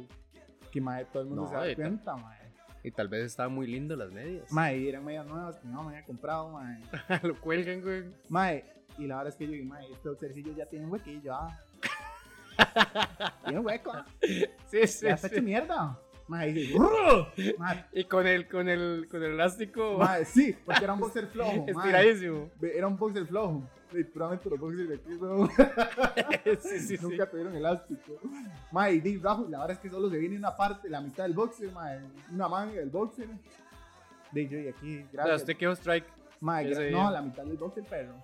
Speaker 2: Que mae, todo el mundo
Speaker 1: No,
Speaker 2: se da
Speaker 1: ahorita.
Speaker 2: cuenta, mae.
Speaker 1: Y tal vez estaban muy lindas las medias.
Speaker 2: Mae, y eran medias nuevas que no me había comprado, mae.
Speaker 1: lo cuelgan, güey.
Speaker 2: Mae, y la verdad es que yo dije, mae, este boxercillo ya tiene un huequillo, ah. tiene un hueco, ah.
Speaker 1: Sí, sí,
Speaker 2: ya está
Speaker 1: sí.
Speaker 2: hecho mierda. Mae, ahí dice, "Rrr". Mae,
Speaker 1: Y con el, con el, con el elástico
Speaker 2: mae, sí, porque era un boxer flojo. mae.
Speaker 1: estiradísimo.
Speaker 2: Ve, Era un boxer flojo. Y probablemente los boxers de aquí, weón,
Speaker 1: sí, sí, sí.
Speaker 2: nunca tuvieron elástico. Mae, y di, Rafa, la verdad es que solo se viene una parte, la mitad del boxer, mae, una manga del boxer. De yo y aquí,
Speaker 1: O sea,
Speaker 2: gracias.
Speaker 1: usted quedó strike.
Speaker 2: Mae,
Speaker 1: Ese
Speaker 2: gra-
Speaker 1: día.
Speaker 2: no, la mitad del boxer, perro.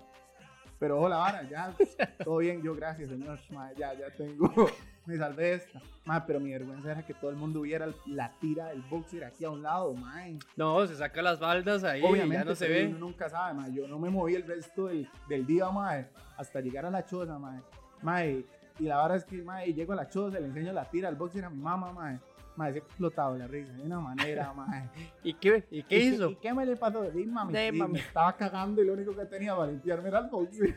Speaker 2: Pero ojo la vara, ya, todo bien, yo gracias, señor. Mae, ya, ya tengo, me salvé de esta. Mae, pero mi vergüenza era que todo el mundo viera la tira del boxer aquí a un lado, mae.
Speaker 1: No, se saca las baldas ahí
Speaker 2: Obviamente,
Speaker 1: ya no se
Speaker 2: pero
Speaker 1: ve.
Speaker 2: uno nunca sabe, mae. Yo no me moví el resto del, del día, mae, hasta llegar a la choza, mae. Mae, y la verdad es que, mae, llego a la choza, le enseño la tira al boxer a mi mamá, mae. Mae, se ha explotado la risa, de una manera, mae.
Speaker 1: ¿Y qué, y qué
Speaker 2: ¿Y
Speaker 1: hizo?
Speaker 2: ¿Y qué me le pasó? Di, mami,
Speaker 1: De,
Speaker 2: di,
Speaker 1: mami.
Speaker 2: me estaba cagando y lo único que tenía para limpiarme era el boxer.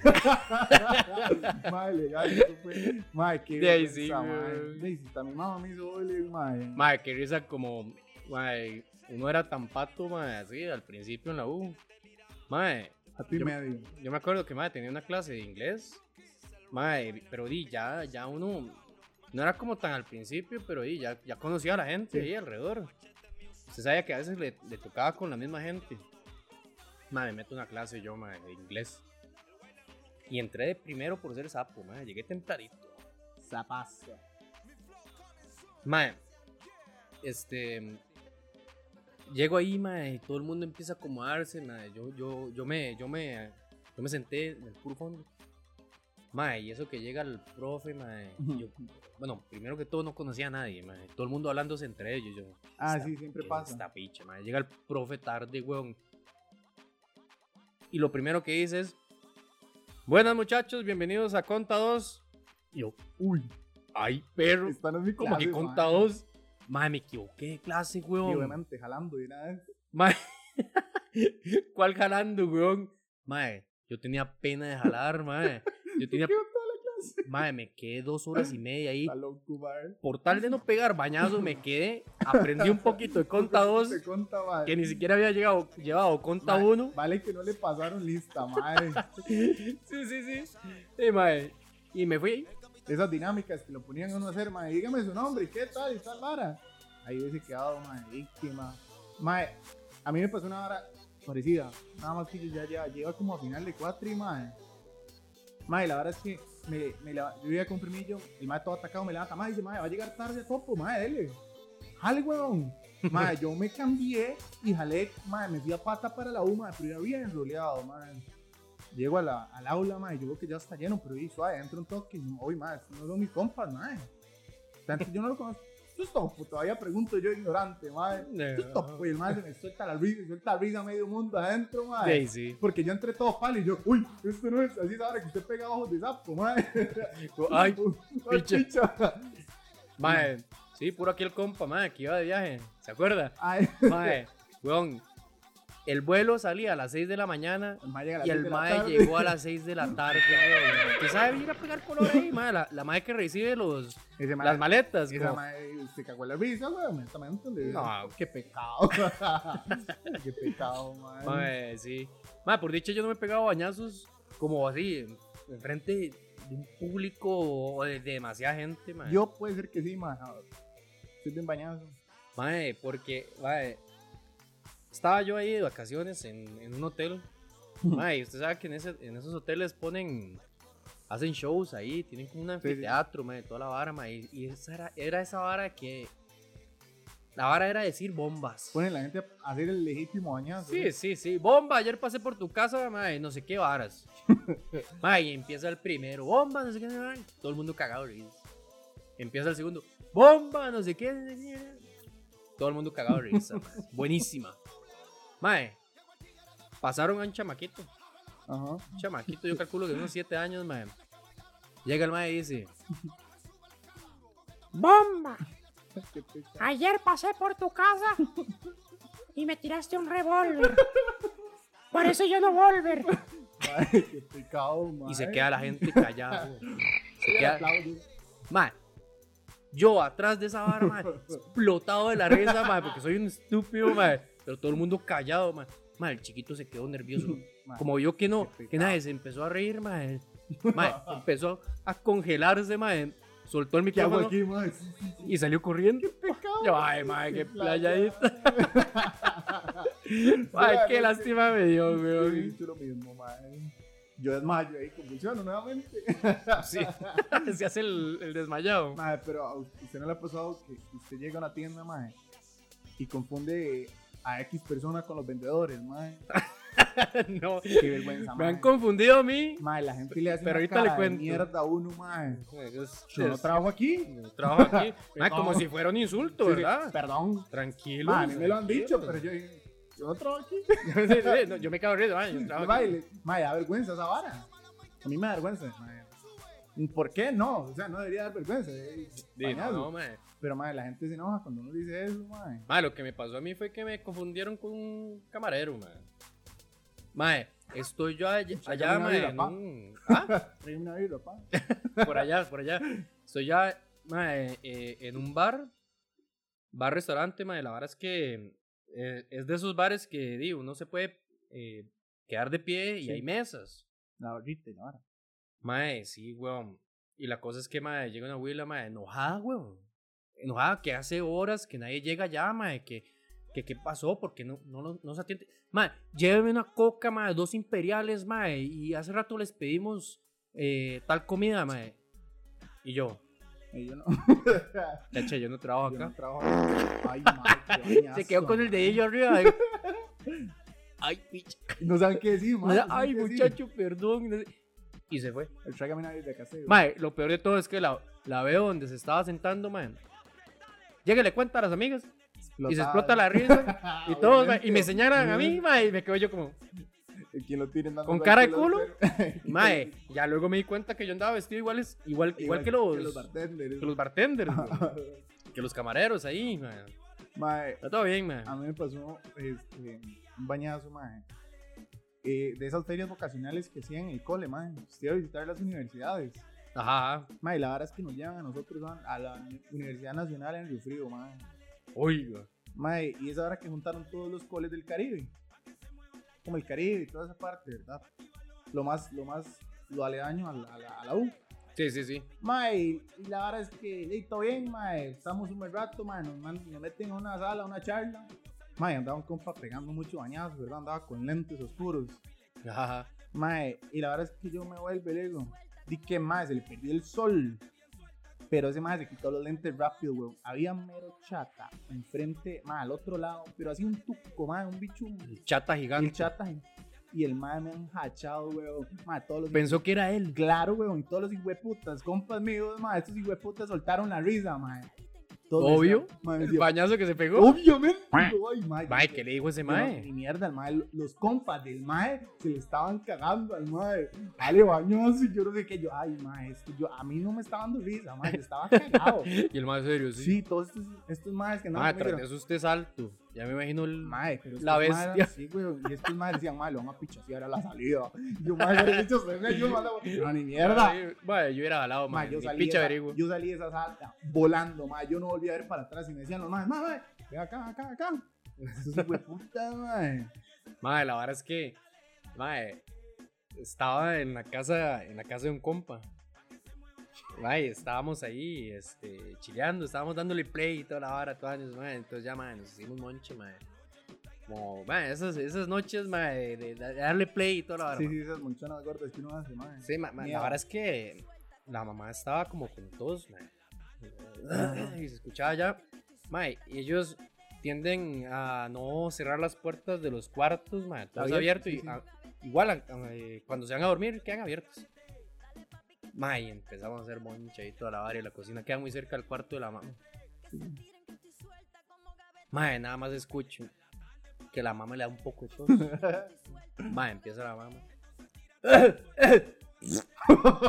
Speaker 2: mae, legal, eso fue. Mae, qué
Speaker 1: De ahí sí,
Speaker 2: vergüenza, mae.
Speaker 1: weón.
Speaker 2: De ahí sí, hasta mi mamá me hizo bullying, mae.
Speaker 1: Madre, qué risa como, madre, uno era tan pato, madre, así, al principio en la U. Madre,
Speaker 2: A ti
Speaker 1: yo-
Speaker 2: medio.
Speaker 1: yo me acuerdo que, madre, tenía una clase de inglés. Madre, pero di, ya, ya uno, no era como tan al principio, pero di, ya, ya conocía a la gente
Speaker 2: Sí.
Speaker 1: ahí alrededor. Se sabía que a veces le, le tocaba con la misma gente. Madre, meto una clase yo, madre, de inglés. Y entré de primero por ser sapo, madre, llegué tempranito.
Speaker 2: Zapazo.
Speaker 1: Mae, este. Llego ahí, mae, y todo el mundo empieza a acomodarse, mae. Yo, yo, yo, me, yo, me, yo me senté en el puro fondo. Mae, y eso que llega el profe, mae.
Speaker 2: Ujú.
Speaker 1: yo- bueno, primero que todo no conocía a nadie, mae. Todo el mundo hablándose entre ellos. Yo,
Speaker 2: Ah,
Speaker 1: esta-
Speaker 2: sí, siempre pasa.
Speaker 1: Esta picha, mae. Llega el profe tarde, weón. Y lo primero que dice es: Buenas muchachos, bienvenidos a Conta 2. Y yo,
Speaker 2: Uy,
Speaker 1: ay, perro.
Speaker 2: esta no es mi
Speaker 1: Como
Speaker 2: clase,
Speaker 1: que
Speaker 2: mae.
Speaker 1: conta dos. Madre, me equivoqué de clase,
Speaker 2: Y
Speaker 1: weón.
Speaker 2: obviamente jalando y nada.
Speaker 1: Madre, ¿cuál jalando, weón? Madre, yo tenía pena de jalar, madre. Yo tenía,
Speaker 2: ¿Qué onda la clase?
Speaker 1: madre, me quedé dos horas y media ahí.
Speaker 2: Está loco, mae.
Speaker 1: Por tal de no pegar bañazo, me quedé. Aprendí un poquito de conta dos,
Speaker 2: Se conta, mae.
Speaker 1: que ni siquiera había llegado, llevado conta
Speaker 2: Mae,
Speaker 1: uno.
Speaker 2: Vale que no le pasaron lista, mae.
Speaker 1: Sí, sí, sí. Sí, madre. Y me fui.
Speaker 2: Esas dinámicas que lo ponían a uno a hacer, mae. Dígame su nombre, ¿y qué tal? ¿Y tal vara? Ahí hubiese quedado, mae, víctima. Mae, a mí me pasó una vara parecida. Nada más que yo ya lleva, lleva como a final de cuatro y mae. Mae, la verdad es que me, me la, yo iba con primillo, el mae todo atacado me levanta, mae, dice, mae, va a llegar tarde a topo, mae, dele. Jale, huevón. Mae, yo me cambié y jalé, mae, me fui a pata para la U, mae, pero ya bien roleado, mae. Llego a la, al aula, mae, yo veo que ya está lleno, pero y suave, entro un toque, y, uy, mae, estos no son mis compas, mae. Tanto yo no lo conozco. Esto es topo, todavía pregunto yo ignorante, mae.
Speaker 1: Eh,
Speaker 2: Esto es topo, y el mae se pues, me suelta la risa, suelta la risa a medio mundo adentro, mae.
Speaker 1: Sí, sí.
Speaker 2: Porque yo entré todo palo y yo, uy, esto no es así es ahora que usted pega ojos de sapo, madre.
Speaker 1: Ay, picha.
Speaker 2: picha.
Speaker 1: Madre, sí, puro aquí el compa, madre, que iba de viaje. ¿Se acuerda?
Speaker 2: Ay,
Speaker 1: Mae, weón, el vuelo salía a las 6 de la mañana
Speaker 2: el mae llega a las
Speaker 1: y
Speaker 2: seis
Speaker 1: el
Speaker 2: de la
Speaker 1: mae
Speaker 2: tarde.
Speaker 1: llegó a las 6 de la tarde, weón. ¿Usted sabe ir a pegar color ahí, mae? La, la mae que recibe los,
Speaker 2: Ese mae-
Speaker 1: las maletas.
Speaker 2: Esa
Speaker 1: como-
Speaker 2: mae se cagó en la risa, güey, honestamente. le-
Speaker 1: No,
Speaker 2: qué pecado. qué pecado, madre.
Speaker 1: mae, sí. Mae, por dicho yo no me he pegado bañazos como así, enfrente de un público o de, de demasiada gente, mae.
Speaker 2: Yo puede ser que sí, madre. Estoy bien bañado.
Speaker 1: Mae, porque, mae, estaba yo ahí de vacaciones en, en un hotel. Mae, y usted sabe que en, ese- en esos hoteles ponen, hacen shows ahí, tienen como un
Speaker 2: sí.
Speaker 1: anfiteatro, mae, toda la vara, mae. Y- Y esa era, era esa vara que, la vara era decir bombas.
Speaker 2: Ponen la gente a hacer el legítimo bañazo. ¿eh?
Speaker 1: Sí, sí, sí. Bomba, ayer pasé por tu casa, mae, no sé qué varas. mae, y empieza el primero, bomba, no sé qué, mae. todo el mundo cagado, de risa. Empieza el segundo, bomba, no sé qué, no sé qué. todo el mundo cagado, de risa. mae. Buenísima. Mae, pasaron a un chamaquito,
Speaker 2: Ajá.
Speaker 1: un chamaquito, yo calculo que de unos 7 años, mae. Llega el mae y dice,
Speaker 4: ¡Bomba!
Speaker 2: Qué pecado.
Speaker 4: Ayer pasé por tu casa y me tiraste un revólver. Por eso yo no volver.
Speaker 2: Madre, qué pecado, madre.
Speaker 1: y se queda la gente callada. güey. Se queda-
Speaker 2: Aplausos.
Speaker 1: Mae, yo atrás de esa vara, mae, explotado de la risa, mae, porque soy un estúpido, mae. Pero todo el mundo callado, mae. Mae, el chiquito se quedó nervioso.
Speaker 2: Mae,
Speaker 1: Como vio que no,
Speaker 2: Qué pecado.
Speaker 1: que nadie se empezó a reír, mae. Mae, empezó a congelarse, mae. soltó el
Speaker 2: ¿Qué hago
Speaker 1: micrófono
Speaker 2: aquí, mae?
Speaker 1: y salió corriendo. Yo, ay, madre, qué playadita. Ay, qué lástima me dio, weón.
Speaker 2: Yo lo mismo, mae. Yo desmayo ahí, convulsiono nuevamente.
Speaker 1: Sí, se hace el, el desmayado.
Speaker 2: Mae, pero a usted no le ha pasado que usted llega a una tienda, mae, y confunde a X personas con los vendedores, mae.
Speaker 1: No,
Speaker 2: Qué vergüenza,
Speaker 1: me han
Speaker 2: mae.
Speaker 1: confundido a mí.
Speaker 2: Mae, la gente le hace
Speaker 1: Pero
Speaker 2: una
Speaker 1: ahorita le
Speaker 2: cara de
Speaker 1: cuento.
Speaker 2: mierda a uno, mae.
Speaker 1: Es-
Speaker 2: Yo no
Speaker 1: es-
Speaker 2: trabajo aquí.
Speaker 1: yo trabajo aquí. Mae, como
Speaker 2: Perdón.
Speaker 1: si fuera un insulto,
Speaker 2: Sí, sí,
Speaker 1: ¿verdad?
Speaker 2: Perdón.
Speaker 1: Tranquilo.
Speaker 2: Mae, a mí me lo han
Speaker 1: tranquilo.
Speaker 2: dicho, pero yo dije, yo no trabajo aquí.
Speaker 1: Sí, sí, no, yo me cago en eso, ay, yo
Speaker 2: Yo
Speaker 1: trabajo aquí.
Speaker 2: baile. Mae, da vergüenza esa vara. A mí me da vergüenza, mae. ¿Por qué no? O sea, no debería dar vergüenza. eh,
Speaker 1: Sí,
Speaker 2: pañazo.
Speaker 1: no, mae.
Speaker 2: Pero, mae, la gente se enoja cuando uno dice eso, mae.
Speaker 1: Mae, lo que me pasó a mí fue que me confundieron con un camarero, mae. Mae, estoy yo allá, allá
Speaker 2: una
Speaker 1: mae,
Speaker 2: vida,
Speaker 1: en
Speaker 2: pa.
Speaker 1: un- ¿Ah?
Speaker 2: Tráigame una birra, pa.
Speaker 1: por allá, por allá. Estoy ya mae, eh, en un bar, bar restaurante, mae. La verdad es que eh, es de esos bares que di, uno se puede eh, quedar de pie y
Speaker 2: Sí.
Speaker 1: hay mesas.
Speaker 2: La barrita y la vara.
Speaker 1: Mae, sí, weón. Y la cosa es que, mae, llega una abuela, mae, enojada, weón. Enojada, que hace horas que nadie llega ya, mae, que, que qué pasó, porque no, no, no, no se atiende. Mae, lléveme una coca, mae, dos imperiales, mae, y hace rato les pedimos eh, tal comida, mae. Y yo,
Speaker 2: Y yo no.
Speaker 1: Caché, yo no trabajo
Speaker 2: yo no
Speaker 1: acá.
Speaker 2: trabajo. Ay, mae, qué bañazo,
Speaker 1: Se quedó con el
Speaker 2: mae.
Speaker 1: dedillo arriba. digo, Ay, picha.
Speaker 2: No saben qué decir, mae. no saben
Speaker 1: Ay,
Speaker 2: qué decir.
Speaker 1: muchacho, perdón. no sé. Y se fue.
Speaker 2: El tráigame una birra casero.
Speaker 1: Mae, lo peor de todo es que la, la veo donde se estaba sentando, mae. Llega y le cuenta a las amigas. Y se explota la risa.
Speaker 2: Ah,
Speaker 1: Y todos, mae, Y me señalan a mí, mae. Y me quedo yo como,
Speaker 2: ¿Quién lo tiren dando
Speaker 1: ¿Con
Speaker 2: vueltas
Speaker 1: cara de
Speaker 2: los
Speaker 1: culo?
Speaker 2: perros?
Speaker 1: mae. Ya luego me di cuenta que yo andaba vestido igual, es- igual, igual que los,
Speaker 2: bartenders.
Speaker 1: que los bartenders, weón, que los camareros ahí, mae.
Speaker 2: Mae,
Speaker 1: Está todo bien, mae.
Speaker 2: a mí me pasó este, un bañazo, mae. Eh, de esas ferias vocacionales que hacían en el cole, mae. Usted iba a visitar las universidades.
Speaker 1: Ajá.
Speaker 2: Mae, la verdad es que nos llevan a nosotros a, a la Universidad Nacional en Río Frío, mae.
Speaker 1: Oiga.
Speaker 2: Mae, y es ahora que juntaron todos los coles del Caribe. Como el Caribe y toda esa parte, ¿verdad? Lo más, lo más, lo aledaño a la, a la- a la U.
Speaker 1: Sí, sí, sí.
Speaker 2: Mae, y la verdad es que, listo, bien, mae, estamos un buen rato, mae, nos, man- nos meten a una sala, a una charla. Mae, andaba un compa pegando mucho bañazo, ¿verdad? Andaba con lentes oscuros.
Speaker 1: Ajá.
Speaker 2: Mae, y la verdad es que yo me vuelvo, le digo, di que mae, se le perdió el sol. Pero ese mae se quitó los lentes rápido, weón. Había mero chata enfrente, mae, al otro lado, pero así un tuco, mae, un bicho,
Speaker 1: El chata gigante.
Speaker 2: el chata. Y el mae me han hachado, weón. Mae, todos los
Speaker 1: Pensó que era él.
Speaker 2: Claro, weón, y todos los hijueputas, compas míos, ma, estos hijueputas soltaron la risa, ma. Todos
Speaker 1: Obvio.
Speaker 2: decían, ma,
Speaker 1: El
Speaker 2: decían,
Speaker 1: bañazo que se pegó.
Speaker 2: Obviamente. Ay, ma,
Speaker 1: Mae,
Speaker 2: yo-
Speaker 1: ¿qué le dijo ese
Speaker 2: yo no-
Speaker 1: mae?
Speaker 2: Ni mierda, el mae, los compas del mae se le estaban cagando al mae. Dale bañazo, y yo no sé qué, yo, ay, ma, es que yo, a mí no me estaba dando risa, ma, yo estaba cagado.
Speaker 1: Y el mae serio, sí.
Speaker 2: Sí, todos estos, estos maes que no
Speaker 1: mae,
Speaker 2: me
Speaker 1: tras
Speaker 2: dijeron,
Speaker 1: de eso usted es alto. Ya me imagino el.
Speaker 2: Mae, pero
Speaker 1: La
Speaker 2: estos mae eran
Speaker 1: bestia.
Speaker 2: así, weón, Y estos madres decían, mae, lo van a pichasear a la salida. Y Yo, mae, pero dicho, se me yo, mae, no, ni mierda.
Speaker 1: Ay, Mae, yo era jalado,
Speaker 2: Ma,
Speaker 1: mae.
Speaker 2: yo,
Speaker 1: Ni
Speaker 2: salí de
Speaker 1: picha
Speaker 2: esa,
Speaker 1: averiguo.
Speaker 2: yo salí de esa sala volando, ma. Yo no volví a ver para atrás y me decían los más, ma, ma, ven acá, acá, acá. Eso es puta, ma.
Speaker 1: Mae, la verdad es que. Mae. Estaba en la casa, en la casa de un compa. Mae, estábamos ahí, este, chileando, estábamos dándole play y toda la hora, todos años, mae. Entonces ya, mae, nos hicimos monche, mae. Como, mae, esas, esas noches, mae, de, de darle play y toda la hora.
Speaker 2: Sí,
Speaker 1: mae.
Speaker 2: sí, esas monchonas gordas que uno hace, ma.
Speaker 1: Sí, ma- ma- la
Speaker 2: Miedo.
Speaker 1: verdad es que la mamá estaba como con tos, mae.
Speaker 2: Ah.
Speaker 1: Y se escuchaba ya. Mae, y ellos tienden a no cerrar las puertas de los cuartos, mae. Todo es abierto.
Speaker 2: Abierto,
Speaker 1: y,
Speaker 2: sí,
Speaker 1: a- igual, a- a- eh, cuando se van a dormir, quedan abiertos. Mae, y empezamos a hacer moncha y toda la vara y la cocina queda muy cerca al cuarto de la mamá. Mae, nada más escucho que la mamá le da un poco de tos. Mae, empieza la mamá.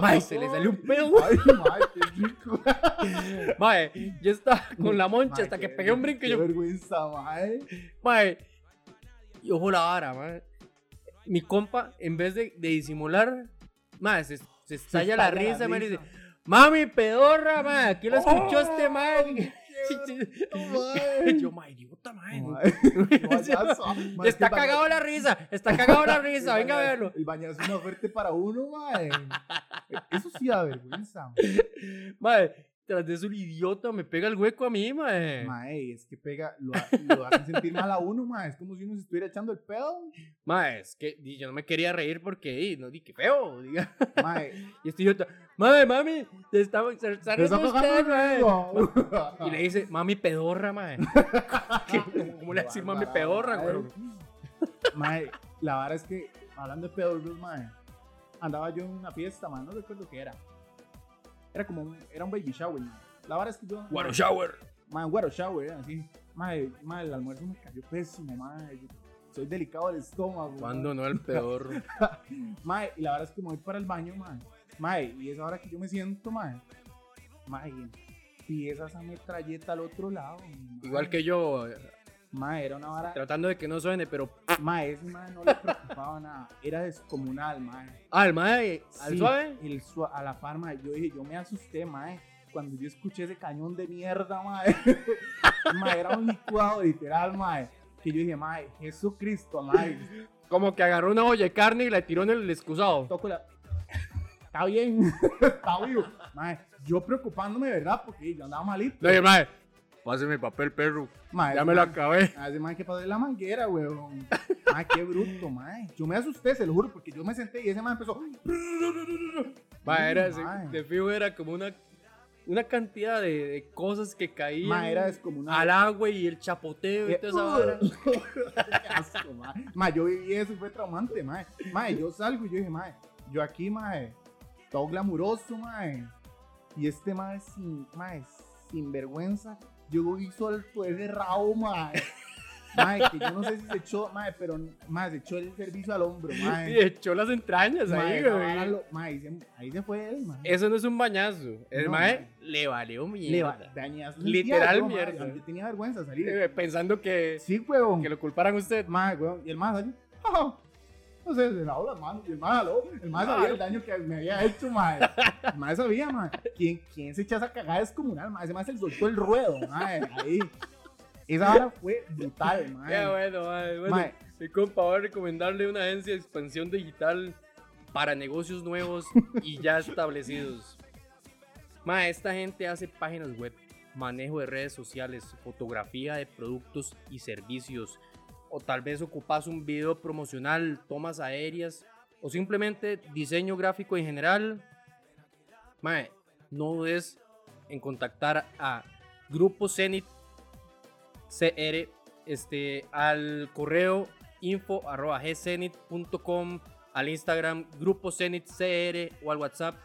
Speaker 1: Mae, se le salió un pedo.
Speaker 2: Ay, ma, qué rico.
Speaker 1: Mae, yo estaba con la moncha
Speaker 2: Ma,
Speaker 1: hasta que
Speaker 2: qué-
Speaker 1: pegué un brinco y
Speaker 2: qué
Speaker 1: yo,
Speaker 2: vergüenza, ma. eh.
Speaker 1: mae. Y ojo la vara, mae. Mi compa, en vez de, de disimular, mae, se, se estalla la
Speaker 2: estalla la
Speaker 1: risa, mae, y dice,
Speaker 2: risa.
Speaker 1: mami, pedorra, mae, aquí lo escuchó
Speaker 2: Oh,
Speaker 1: este mae.
Speaker 2: bonito,
Speaker 1: Yo, mae, idiota, mae.
Speaker 2: Ma,
Speaker 1: Sí,
Speaker 2: qué bañazo, ma, es que
Speaker 1: está
Speaker 2: el bañazo-
Speaker 1: cagado la risa, está cagado la
Speaker 2: el
Speaker 1: risa, venga a
Speaker 2: bañazo-
Speaker 1: verlo.
Speaker 2: El bañazo es eh. una oferta para uno, ma. Eso sí da vergüenza. ma.
Speaker 1: Mae, tras de eso el idiota me pega el hueco a mí, mae.
Speaker 2: Mae, es que pega, lo, ha- lo hacen sentir mal a uno, mae. Es como si uno se estuviera echando el pedo.
Speaker 1: Mae, es que di, yo no me quería reír porque, di, no, di, qué feo, diga.
Speaker 2: Mae,
Speaker 1: Y este idiota, mae, mami, te está, se está
Speaker 2: te está
Speaker 1: riendo
Speaker 2: tocando
Speaker 1: usted,
Speaker 2: el
Speaker 1: mae.
Speaker 2: rango.
Speaker 1: Y le dice, mami pedorra, mae. ¿Qué? ¿Cómo le decís mami pedorra, güey?
Speaker 2: Mae, la vara es que, hablando de pedorros, mae, andaba yo en una fiesta, mae, no recuerdo qué era. Era como, un- era un baby shower, mae. La vara es que yo...
Speaker 1: Guaro shower.
Speaker 2: Mae, un guaro shower, era así. Mae, mae, el almuerzo me cayó pésimo, mae. Yo soy delicado del estómago.
Speaker 1: Cuando no el pedorro.
Speaker 2: Mae, y la verdad es que me voy para el baño, mae. Mae, y es ahora que yo me siento, mae. Mae, empieza esa metralleta al otro lado. mae.
Speaker 1: Igual que yo,
Speaker 2: Mae, era una vara.
Speaker 1: tratando de que no suene, pero.
Speaker 2: Mae, ese mae no le preocupaba nada. Era descomunal, mae.
Speaker 1: Ah, el mae, al
Speaker 2: Sí,
Speaker 1: suave.
Speaker 2: el sua- a la par, mae. Yo dije, yo me asusté, mae. Cuando yo escuché ese cañón de mierda, mae. mae, era un licuado, literal, mae. Que yo dije, mae, Jesucristo, mae.
Speaker 1: Como que agarró una olla de carne y la tiró en el excusado.
Speaker 2: toco la. Está bien, está vivo. Mae, yo preocupándome, de ¿verdad? Porque yo andaba malito.
Speaker 1: No, y el mae, páseme papel, perro.
Speaker 2: Mae,
Speaker 1: Ya
Speaker 2: ese
Speaker 1: me lo
Speaker 2: mae-
Speaker 1: acabé.
Speaker 2: Hace más que pasó de la manguera, weón. Mae, qué bruto, mae. Yo me asusté, se lo juro, porque yo me senté y ese mae empezó.
Speaker 1: Mae, era,
Speaker 2: Sí, mae.
Speaker 1: de fijo era como una, una cantidad de, de cosas que caían.
Speaker 2: Mae, era descomunal.
Speaker 1: al agua y el chapoteo y
Speaker 2: Eh,
Speaker 1: toda esa vara.
Speaker 2: Qué asco, mae. Mae, yo viví eso y fue traumante, mae. Mae, yo salgo y yo dije, mae, yo aquí, mae, todo glamuroso, mae. Y este mae, sin, mae, sin vergüenza, yo hizo el poder de rabo, mae. Mae, que yo no sé si se echó, mae, pero, mae, se echó el servicio al hombro,
Speaker 1: Y
Speaker 2: mae.
Speaker 1: echó las entrañas
Speaker 2: Mae,
Speaker 1: ahí,
Speaker 2: la
Speaker 1: güey.
Speaker 2: vara lo- mae, ahí se- ahí se fue él, mae.
Speaker 1: Eso no es un bañazo. El
Speaker 2: No,
Speaker 1: mae
Speaker 2: mae.
Speaker 1: le valió mierda.
Speaker 2: Le va- dañazo.
Speaker 1: Literal
Speaker 2: Yo, mae,
Speaker 1: mierda.
Speaker 2: Yo tenía vergüenza de salir.
Speaker 1: Eh, Pensando que,
Speaker 2: Sí, huevón.
Speaker 1: que lo culparan a usted.
Speaker 2: Mae, weón, y el más salió. "Ah". No sé, se lavó las manos. Y el más jaló. El más sabía el daño que me había hecho, mae. El más sabía, mae. ¿Quién, ¿Quién se echa esa cagada descomunal, mae? Ese mae se le soltó el ruedo, mae. Ahí. Esa hora fue brutal, mae.
Speaker 1: Qué bueno, mae. Bueno,
Speaker 2: Mae.
Speaker 1: mi compa va a recomendarle una agencia de expansión digital para negocios nuevos y ya establecidos. Mae, esta gente hace páginas web, manejo de redes sociales, fotografía de productos y servicios. O tal vez ocupas un video promocional, tomas aéreas o simplemente diseño gráfico en general. Mae, no dudes en contactar a Grupo Zenit CR este, al correo info arroba gzenit.com, al Instagram Grupo Zenit CR o al WhatsApp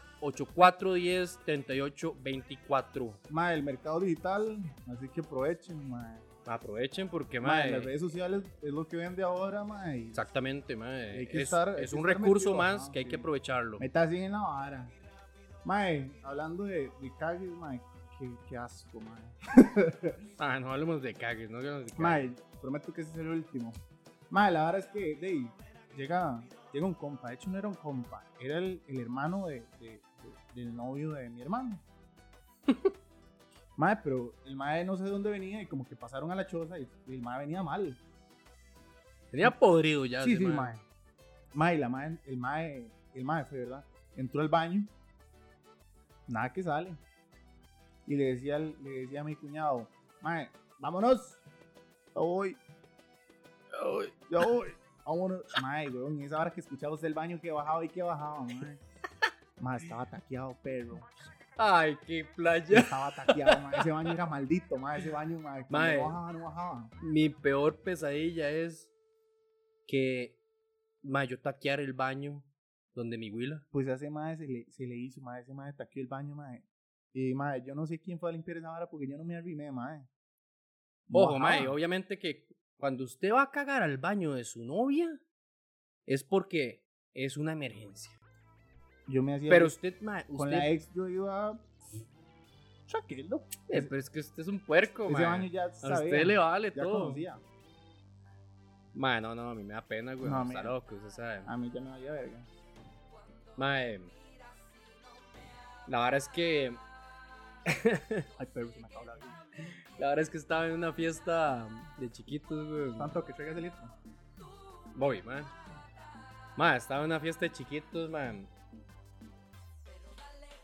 Speaker 1: 8410-3824.
Speaker 2: Mae, el mercado digital. Así que aprovechen, mae.
Speaker 1: Aprovechen porque,
Speaker 2: Mae,
Speaker 1: mae,
Speaker 2: las redes sociales es lo que vende ahora, mae. y
Speaker 1: exactamente, mae,
Speaker 2: Hay que
Speaker 1: es,
Speaker 2: estar- hay
Speaker 1: es
Speaker 2: que
Speaker 1: un
Speaker 2: estar
Speaker 1: recurso
Speaker 2: metido,
Speaker 1: más
Speaker 2: ajá,
Speaker 1: que hay
Speaker 2: sí.
Speaker 1: que aprovecharlo.
Speaker 2: Me está así en la vara. Mae, hablando de, de cagues, mae. Qué, qué asco, mae.
Speaker 1: Ah, no hablemos de cagues, no hablemos de cagues.
Speaker 2: Mae, prometo que ese es el último. Mae, la verdad es que dey, llega, llega un compa. De hecho, no era un compa. Era el, el hermano de, de- de- del novio de mi hermano. mae, pero el mae no sé de dónde venía y como que pasaron a la choza y, y el mae venía mal.
Speaker 1: Tenía podrido ya.
Speaker 2: sí,
Speaker 1: ese
Speaker 2: sí,
Speaker 1: mae.
Speaker 2: mae. Mae, la mae, el mae, el mae fue, ¿verdad? Entró al baño. Nada que sale. Y le decía, al- le decía a mi cuñado, mae, vámonos. Yo voy.
Speaker 1: Ay,
Speaker 2: Ya voy. Vámonos. Mae, weón, esa hora que escuchamos del baño que bajaba y que bajaba, mae. Mae, estaba taqueado, perro.
Speaker 1: Ay, qué playa.
Speaker 2: Estaba taqueado, mae. Ese baño era maldito, mae. Ese baño, mae. cuando
Speaker 1: Mae.
Speaker 2: No bajaba, no bajaba.
Speaker 1: Mi peor pesadilla es que mae, yo taquear el baño donde mi huila.
Speaker 2: Pues ese mae se le, se le hizo, mae. Ese mae taqueó el baño, mae. Y, mae, yo no sé quién fue a limpiar esa hora porque yo no me arrimé, mae. No
Speaker 1: Ojo,
Speaker 2: bajaba.
Speaker 1: mae, obviamente que cuando usted va a cagar al baño de su novia, es porque es una emergencia.
Speaker 2: Yo me hacía.
Speaker 1: Pero usted, mae,
Speaker 2: con
Speaker 1: usted.
Speaker 2: la ex yo iba. Chaquelo.
Speaker 1: Eh, pero es que usted es un puerco,
Speaker 2: E, Ese baño
Speaker 1: mae.
Speaker 2: ya
Speaker 1: A
Speaker 2: sabía.
Speaker 1: usted le vale
Speaker 2: ya
Speaker 1: todo.
Speaker 2: conocía.
Speaker 1: Mae, no, no, a mí me da pena, güey.
Speaker 2: No,
Speaker 1: está
Speaker 2: mira.
Speaker 1: loco, usted sabe.
Speaker 2: A mí ya me valía verga.
Speaker 1: Mae. La verdad es que.
Speaker 2: Ay, pero se me acabó la vida.
Speaker 1: La verdad es que estaba en una fiesta de chiquitos, güey.
Speaker 2: Tanto que traigas el litro.
Speaker 1: Voy, man. Man, estaba en una fiesta de chiquitos, man.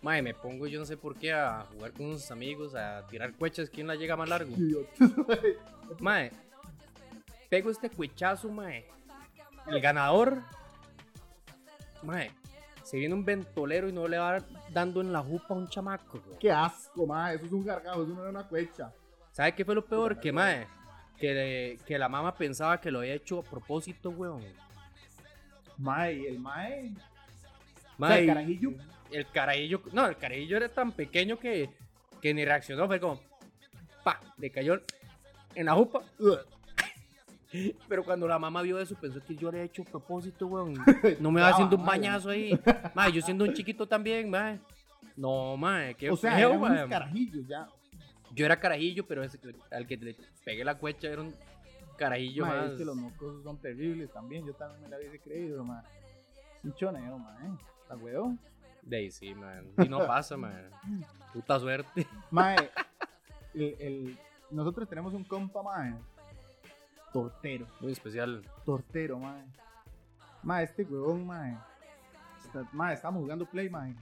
Speaker 1: Mae, me pongo yo no sé por qué a jugar con unos amigos, a tirar cuechas, ¿quién la llega más largo?
Speaker 2: Idiota, güey.
Speaker 1: Mae, pego este cuechazo, mae. El ganador, mae, se viene un ventolero y no le va dando en la jupa a un chamaco, güey.
Speaker 2: Qué asco, mae. Eso es un gargajo, eso no era una cuecha.
Speaker 1: ¿Sabe qué fue lo peor? Que mae, que, le- que la mamá pensaba que lo había hecho a propósito, weón.
Speaker 2: Mae, y el mae. O sea,
Speaker 1: Mae,
Speaker 2: el carajillo.
Speaker 1: el carajillo, no, el carajillo era tan pequeño que, que ni reaccionó, fue como, pa, le cayó en la jupa. Pero cuando la mamá vio eso, pensó que yo le he hecho a propósito, weón. No me va
Speaker 2: Estaba
Speaker 1: haciendo un
Speaker 2: mal,
Speaker 1: bañazo ahí. Mae, yo siendo un chiquito también, mae. No, mae, qué
Speaker 2: O sea,
Speaker 1: feo,
Speaker 2: eran unos
Speaker 1: mae.
Speaker 2: carajillos ya.
Speaker 1: Yo era carajillo, pero ese- al que le pegué la cuecha era un carajillo
Speaker 2: Mae,
Speaker 1: más.
Speaker 2: es que los mocos son terribles también. Yo también me la hubiese creído, mae. Un choneo, mae. La huevo.
Speaker 1: De ahí sí, man. Y no pasa, man. Puta suerte.
Speaker 2: Mae, eh, el, el- nosotros tenemos un compa, mae. Tortero.
Speaker 1: Muy especial.
Speaker 2: Tortero, mae. Mae, este huevón, mae. Está- mae, estábamos jugando Play, mae.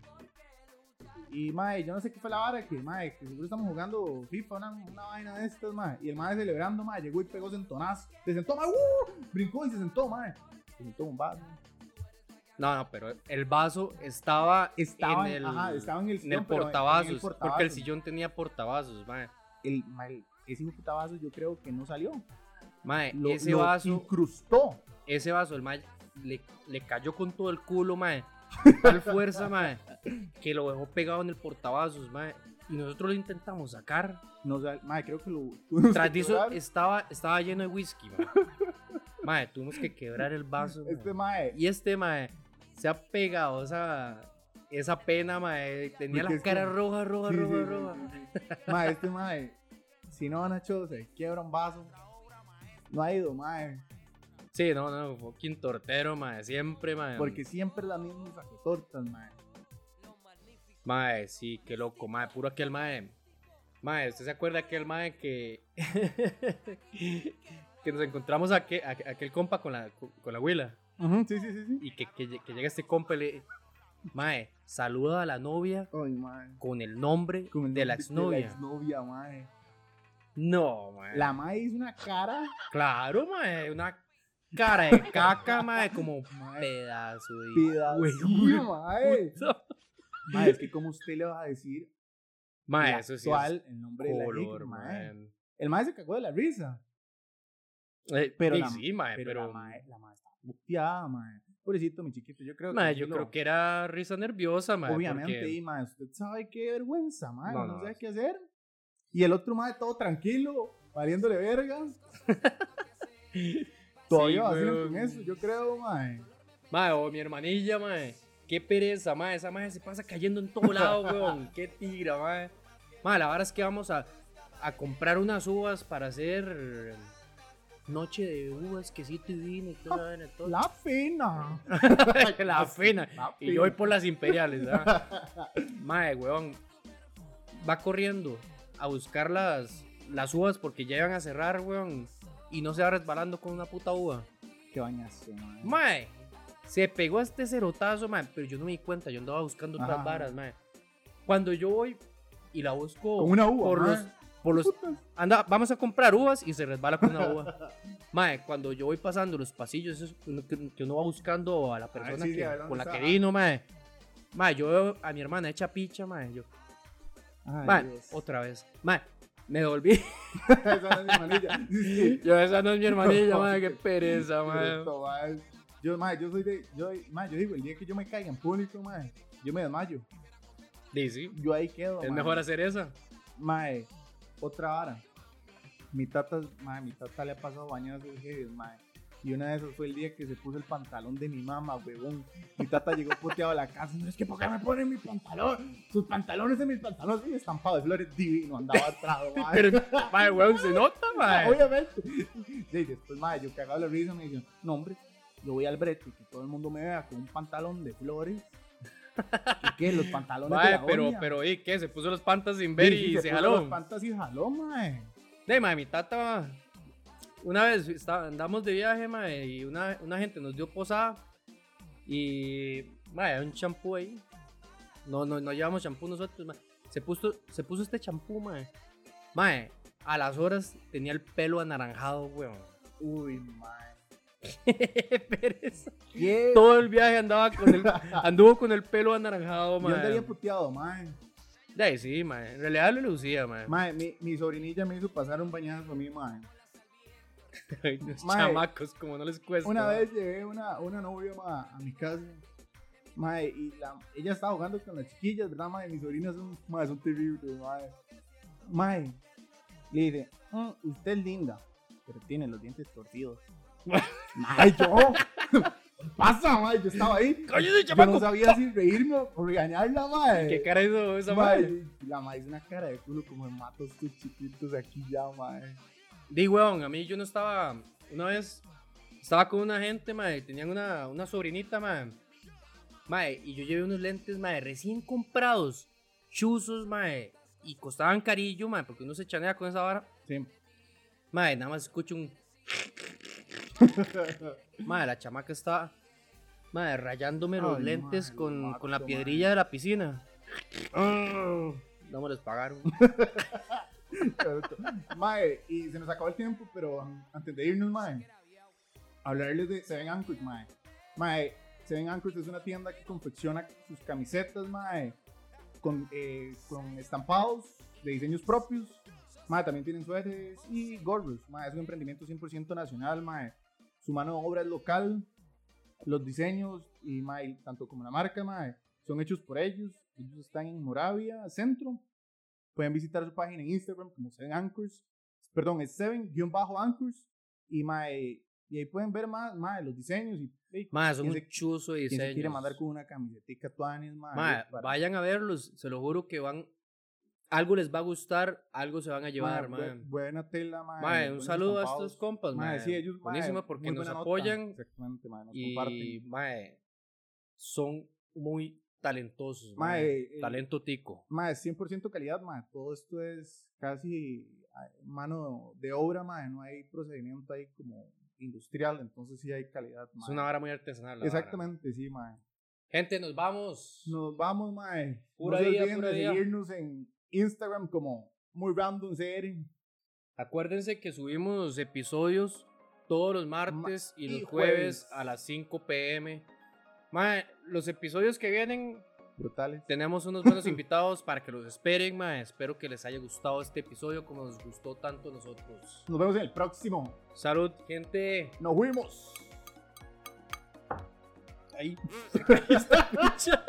Speaker 2: Y, mae, yo no sé qué fue la vara que, mae, que seguro estamos jugando FIFA, una, una vaina de estas, mae. Y el mae celebrando, mae, llegó y pegó sentonaz. Se sentó, mae, ¡uh! Brincó y se sentó, mae. Se sentó bombado.
Speaker 1: No, no, pero el vaso estaba,
Speaker 2: Estaba
Speaker 1: en el,
Speaker 2: ajá, estaba en el
Speaker 1: en el
Speaker 2: sillón, pero en- en el
Speaker 1: portavasos, Porque el
Speaker 2: portavasos.
Speaker 1: sillón tenía portavasos, man.
Speaker 2: El, mae, ese hijo de puta vaso yo creo que no salió.
Speaker 1: Mae,
Speaker 2: Lo-
Speaker 1: E ese
Speaker 2: lo
Speaker 1: vaso,
Speaker 2: incrustó.
Speaker 1: ese vaso, el mae le, le cayó con todo el culo, mae. Tal fuerza, mae, que lo dejó pegado en el portavasos, mae. Y nosotros lo intentamos sacar.
Speaker 2: No sal- mae, creo que lo tuvimos
Speaker 1: Tras
Speaker 2: que
Speaker 1: de eso
Speaker 2: quebrar.
Speaker 1: estaba, estaba lleno de whisky, mae. Mae, tuvimos que quebrar el vaso. mae.
Speaker 2: Este mae,
Speaker 1: Y este, mae, se ha pegado esa, esa pena, mae. Tenía
Speaker 2: Porque
Speaker 1: la
Speaker 2: es
Speaker 1: cara
Speaker 2: como-
Speaker 1: roja, roja,
Speaker 2: Sí, sí,
Speaker 1: roja,
Speaker 2: sí,
Speaker 1: roja.
Speaker 2: mae, este mae, si no van a show, se quiebra un vaso. No ha ido, mae,
Speaker 1: Sí, no, no, fucking tortero, mae. Siempre, mae.
Speaker 2: porque siempre las mismas sacotortas, mae.
Speaker 1: Mae, sí, qué loco, mae. Puro aquel, mae. Mae, ¿usted se acuerda aquel, mae, que. que nos encontramos aquel, aquel compa con la, con la huila?
Speaker 2: sí, sí, sí, sí.
Speaker 1: Y que, que, lle- que llega este compa y le. Mae, saluda a la novia
Speaker 2: Ay, mae.
Speaker 1: con el nombre
Speaker 2: Con el
Speaker 1: de la exnovia.
Speaker 2: nombre De la exnovia, mae.
Speaker 1: No, mae.
Speaker 2: La mae hizo una cara,
Speaker 1: Claro, mae, una cara de caca, mae, como
Speaker 2: mae.
Speaker 1: pedazo de
Speaker 2: Pedacillo, mae.
Speaker 1: puta.
Speaker 2: Mae, es que como usted le va a decir
Speaker 1: Mae,
Speaker 2: la
Speaker 1: eso sí es
Speaker 2: actual, el nombre de la
Speaker 1: color,
Speaker 2: chica, mae.
Speaker 1: mae.
Speaker 2: El mae se cagó de la risa.
Speaker 1: Eh,
Speaker 2: Pero
Speaker 1: sí,
Speaker 2: la-
Speaker 1: sí, mae,
Speaker 2: pero, la
Speaker 1: pero
Speaker 2: madre, la madre está puteada, madre. Pobrecito, mi chiquito, yo creo
Speaker 1: mae,
Speaker 2: que.
Speaker 1: yo
Speaker 2: sí lo-
Speaker 1: creo que era risa nerviosa, mae,
Speaker 2: Obviamente,
Speaker 1: porque-
Speaker 2: y, madre, usted sabe qué vergüenza, madre.
Speaker 1: No,
Speaker 2: No,
Speaker 1: no,
Speaker 2: sabe
Speaker 1: es-
Speaker 2: qué hacer. Y el otro, madre, todo tranquilo, valiéndole vergas. Todavía vacilan
Speaker 1: weón.
Speaker 2: con eso, yo creo, madre.
Speaker 1: mae, o mi hermanilla, mae. Qué pereza, mae, esa mae se pasa cayendo en todo lado, weón. Qué tira, mae. Mae, la verdad es que vamos a a comprar unas uvas para hacer noche de uvas, quesito y vino y todo, todo.
Speaker 2: La pena.
Speaker 1: la pena.
Speaker 2: La
Speaker 1: Y yo voy
Speaker 2: pena.
Speaker 1: por las imperiales, ¿verdad? Mae, weón. Va corriendo a buscar las, las uvas porque ya iban a cerrar, weón. Y no se va resbalando con una puta uva.
Speaker 2: Qué bañazo, madre.
Speaker 1: Mae, se pegó a este cerotazo, mae. Pero yo no me di cuenta, yo andaba buscando otras
Speaker 2: Ajá.
Speaker 1: varas, mae. Cuando yo voy y la busco.
Speaker 2: Con una uva,
Speaker 1: Por
Speaker 2: mae.
Speaker 1: los. Por los anda, vamos a comprar uvas y se resbala con una uva. Mae, cuando yo voy pasando los pasillos, eso es uno que, que uno va buscando a la persona
Speaker 2: Ah, sí,
Speaker 1: que-
Speaker 2: a ver dónde
Speaker 1: con la
Speaker 2: está.
Speaker 1: que vino, mae. Mae, yo veo a mi hermana hecha picha, mae. Yo,
Speaker 2: Ay,
Speaker 1: mae,
Speaker 2: Dios.
Speaker 1: otra vez. Mae, me volví.
Speaker 2: Esa era mi manilla. Sí, sí.
Speaker 1: Yo, esa no es mi hermanilla, mae, qué
Speaker 2: Qué
Speaker 1: pereza, mae.
Speaker 2: Cierto, mae. Yo, mae, yo soy de. Yo, mae, yo digo, el día que yo me caiga en público, mae, yo me desmayo.
Speaker 1: Dice,
Speaker 2: Yo ahí quedo.
Speaker 1: es
Speaker 2: mae.
Speaker 1: mejor hacer esa.
Speaker 2: Mae, otra vara. Mi tata, mae, mi tata le ha pasado bañadas heavy, mae. Y una de esas fue el día que se puso el pantalón de mi mamá, huevón. Mi tata llegó puteado a la casa. No, es que ¿por qué me ponen mi pantalón? Sus pantalones de mis pantalones. Y estampado de flores divino, andaba atrás, mae.
Speaker 1: Pero, mae, weón, se nota, mae.
Speaker 2: Obviamente. Y después, madre, yo cagado la risa me dicen, no, hombre, yo voy al brete, que todo el mundo me vea con un pantalón de flores. ¿Y qué? Los pantalones de
Speaker 1: Mae,
Speaker 2: la
Speaker 1: pero,
Speaker 2: doña.
Speaker 1: pero, ¿y qué? Se puso los pantas sin
Speaker 2: Sí,
Speaker 1: ver
Speaker 2: sí,
Speaker 1: y se,
Speaker 2: puso
Speaker 1: jaló.
Speaker 2: Los pantas y jaló, mae.
Speaker 1: De, mae, mi tata, una vez está- andamos de viaje, mae, y una, una gente nos dio posada y, mae, hay un champú ahí No, no, no llevamos champú nosotros, mae. Se puso, se puso este champú, mae. Mae, a las horas tenía el pelo anaranjado, weón.
Speaker 2: Uy, mae.
Speaker 1: Pérez.
Speaker 2: ¿Qué?
Speaker 1: Todo el viaje andaba con el, anduvo con el pelo anaranjado,
Speaker 2: Yo andaría
Speaker 1: mae.
Speaker 2: puteado, mae.
Speaker 1: De ahí sí, mae. En realidad lo lucía, mae.
Speaker 2: Mae, mi, mi sobrinilla me hizo pasar un bañazo a mí, mae.
Speaker 1: Ay, los
Speaker 2: Mae.
Speaker 1: chamacos, como no les cuesta.
Speaker 2: Una
Speaker 1: mae.
Speaker 2: vez llevé una, una novia ma, a mi casa. Mae, y la- ella estaba jugando con las chiquillas, ¿verdad? Mae, mis sobrinas son, mae, son terribles, mae. Mae, le dice, "Mm, usted es linda, pero tiene los dientes torcidos. mae, yo, ¿qué pasa, mae? Yo estaba ahí.
Speaker 1: ¡Cállese,
Speaker 2: Yo no
Speaker 1: chamaco!
Speaker 2: sabía si reírme o regañarla, mae.
Speaker 1: ¿Qué cara hizo esa
Speaker 2: Mae,
Speaker 1: madre?
Speaker 2: La mae es una cara de culo como me mato a estos chiquitos aquí ya, mae.
Speaker 1: Di, weón, a mí yo no estaba. Una vez estaba con una gente, madre. Tenían una, una sobrinita, madre. Madre, y yo llevé unos lentes, madre, recién comprados. Chuzos, madre. Y costaban carillo, madre, porque uno se chanea con esa vara.
Speaker 2: Sí.
Speaker 1: Madre, nada más escucho un. Madre, la chamaca estaba. Madre, rayándome los
Speaker 2: Ay,
Speaker 1: lentes
Speaker 2: mae,
Speaker 1: con,
Speaker 2: lo mato,
Speaker 1: con la
Speaker 2: mae. Ah.
Speaker 1: piedrilla de la piscina. no me los pagaron.
Speaker 2: Correcto. Mae, y se nos acabó el tiempo, pero um, antes de irnos, Mae, hablarles de Seven Anchors, Mae. Mae, Seven Anchors es una tienda que confecciona sus camisetas, Mae, con, eh, con estampados de diseños propios. Mae, también tienen suéteres y gorros. Mae, es un emprendimiento 100% nacional, Mae. Su mano de obra es local. Los diseños, y mae, tanto como la marca, Mae, son hechos por ellos. Ellos están en Moravia, centro. Pueden visitar su página en Instagram como Seven Anchors. Perdón, es Seven-Anchors. Y, mae, y ahí pueden ver más, mae, los diseños. Y, y
Speaker 1: Madre, son
Speaker 2: ¿Quién
Speaker 1: un
Speaker 2: se-
Speaker 1: chuzo de
Speaker 2: quien se quiere
Speaker 1: diseños.
Speaker 2: mandar con una camisetica tuanis, mae.
Speaker 1: Mae,
Speaker 2: para-
Speaker 1: vayan a verlos, se lo juro que van. Algo les va a gustar, algo se van a llevar,
Speaker 2: mae,
Speaker 1: mae.
Speaker 2: bu- Buena tela, mae.
Speaker 1: Mae, un
Speaker 2: buenos
Speaker 1: saludo a
Speaker 2: estampados.
Speaker 1: estos compas, mae.
Speaker 2: Mae, sí, ellos, mae,
Speaker 1: Buenísimo porque
Speaker 2: muy
Speaker 1: nos
Speaker 2: buena nota.
Speaker 1: apoyan
Speaker 2: Exactamente, mae, nos
Speaker 1: y,
Speaker 2: comparten.
Speaker 1: mae, son muy talentosos,
Speaker 2: Mae,
Speaker 1: mae.
Speaker 2: eh,
Speaker 1: Talento tico.
Speaker 2: Mae, 100% calidad, mae. Todo esto es casi ah, mano de obra, mae. No hay procedimiento ahí como industrial, entonces sí hay calidad, mae.
Speaker 1: Es una vara muy artesanal. la vara.
Speaker 2: Exactamente, sí, mae.
Speaker 1: Gente, nos vamos.
Speaker 2: Nos vamos, mae.
Speaker 1: Pura
Speaker 2: no se
Speaker 1: vida,
Speaker 2: olviden
Speaker 1: pura
Speaker 2: de
Speaker 1: vida.
Speaker 2: seguirnos en Instagram como muy random serie.
Speaker 1: Acuérdense que subimos episodios todos los martes y
Speaker 2: y
Speaker 1: los
Speaker 2: jueves.
Speaker 1: jueves a las 5 pm. Mae, los episodios que vienen
Speaker 2: Brutales.
Speaker 1: Tenemos unos buenos invitados para que los esperen, ma. Espero que les haya gustado este episodio como nos gustó tanto a nosotros.
Speaker 2: Nos vemos en el próximo.
Speaker 1: Salud, gente.
Speaker 2: Nos fuimos.
Speaker 1: Ahí. Ahí está, picha.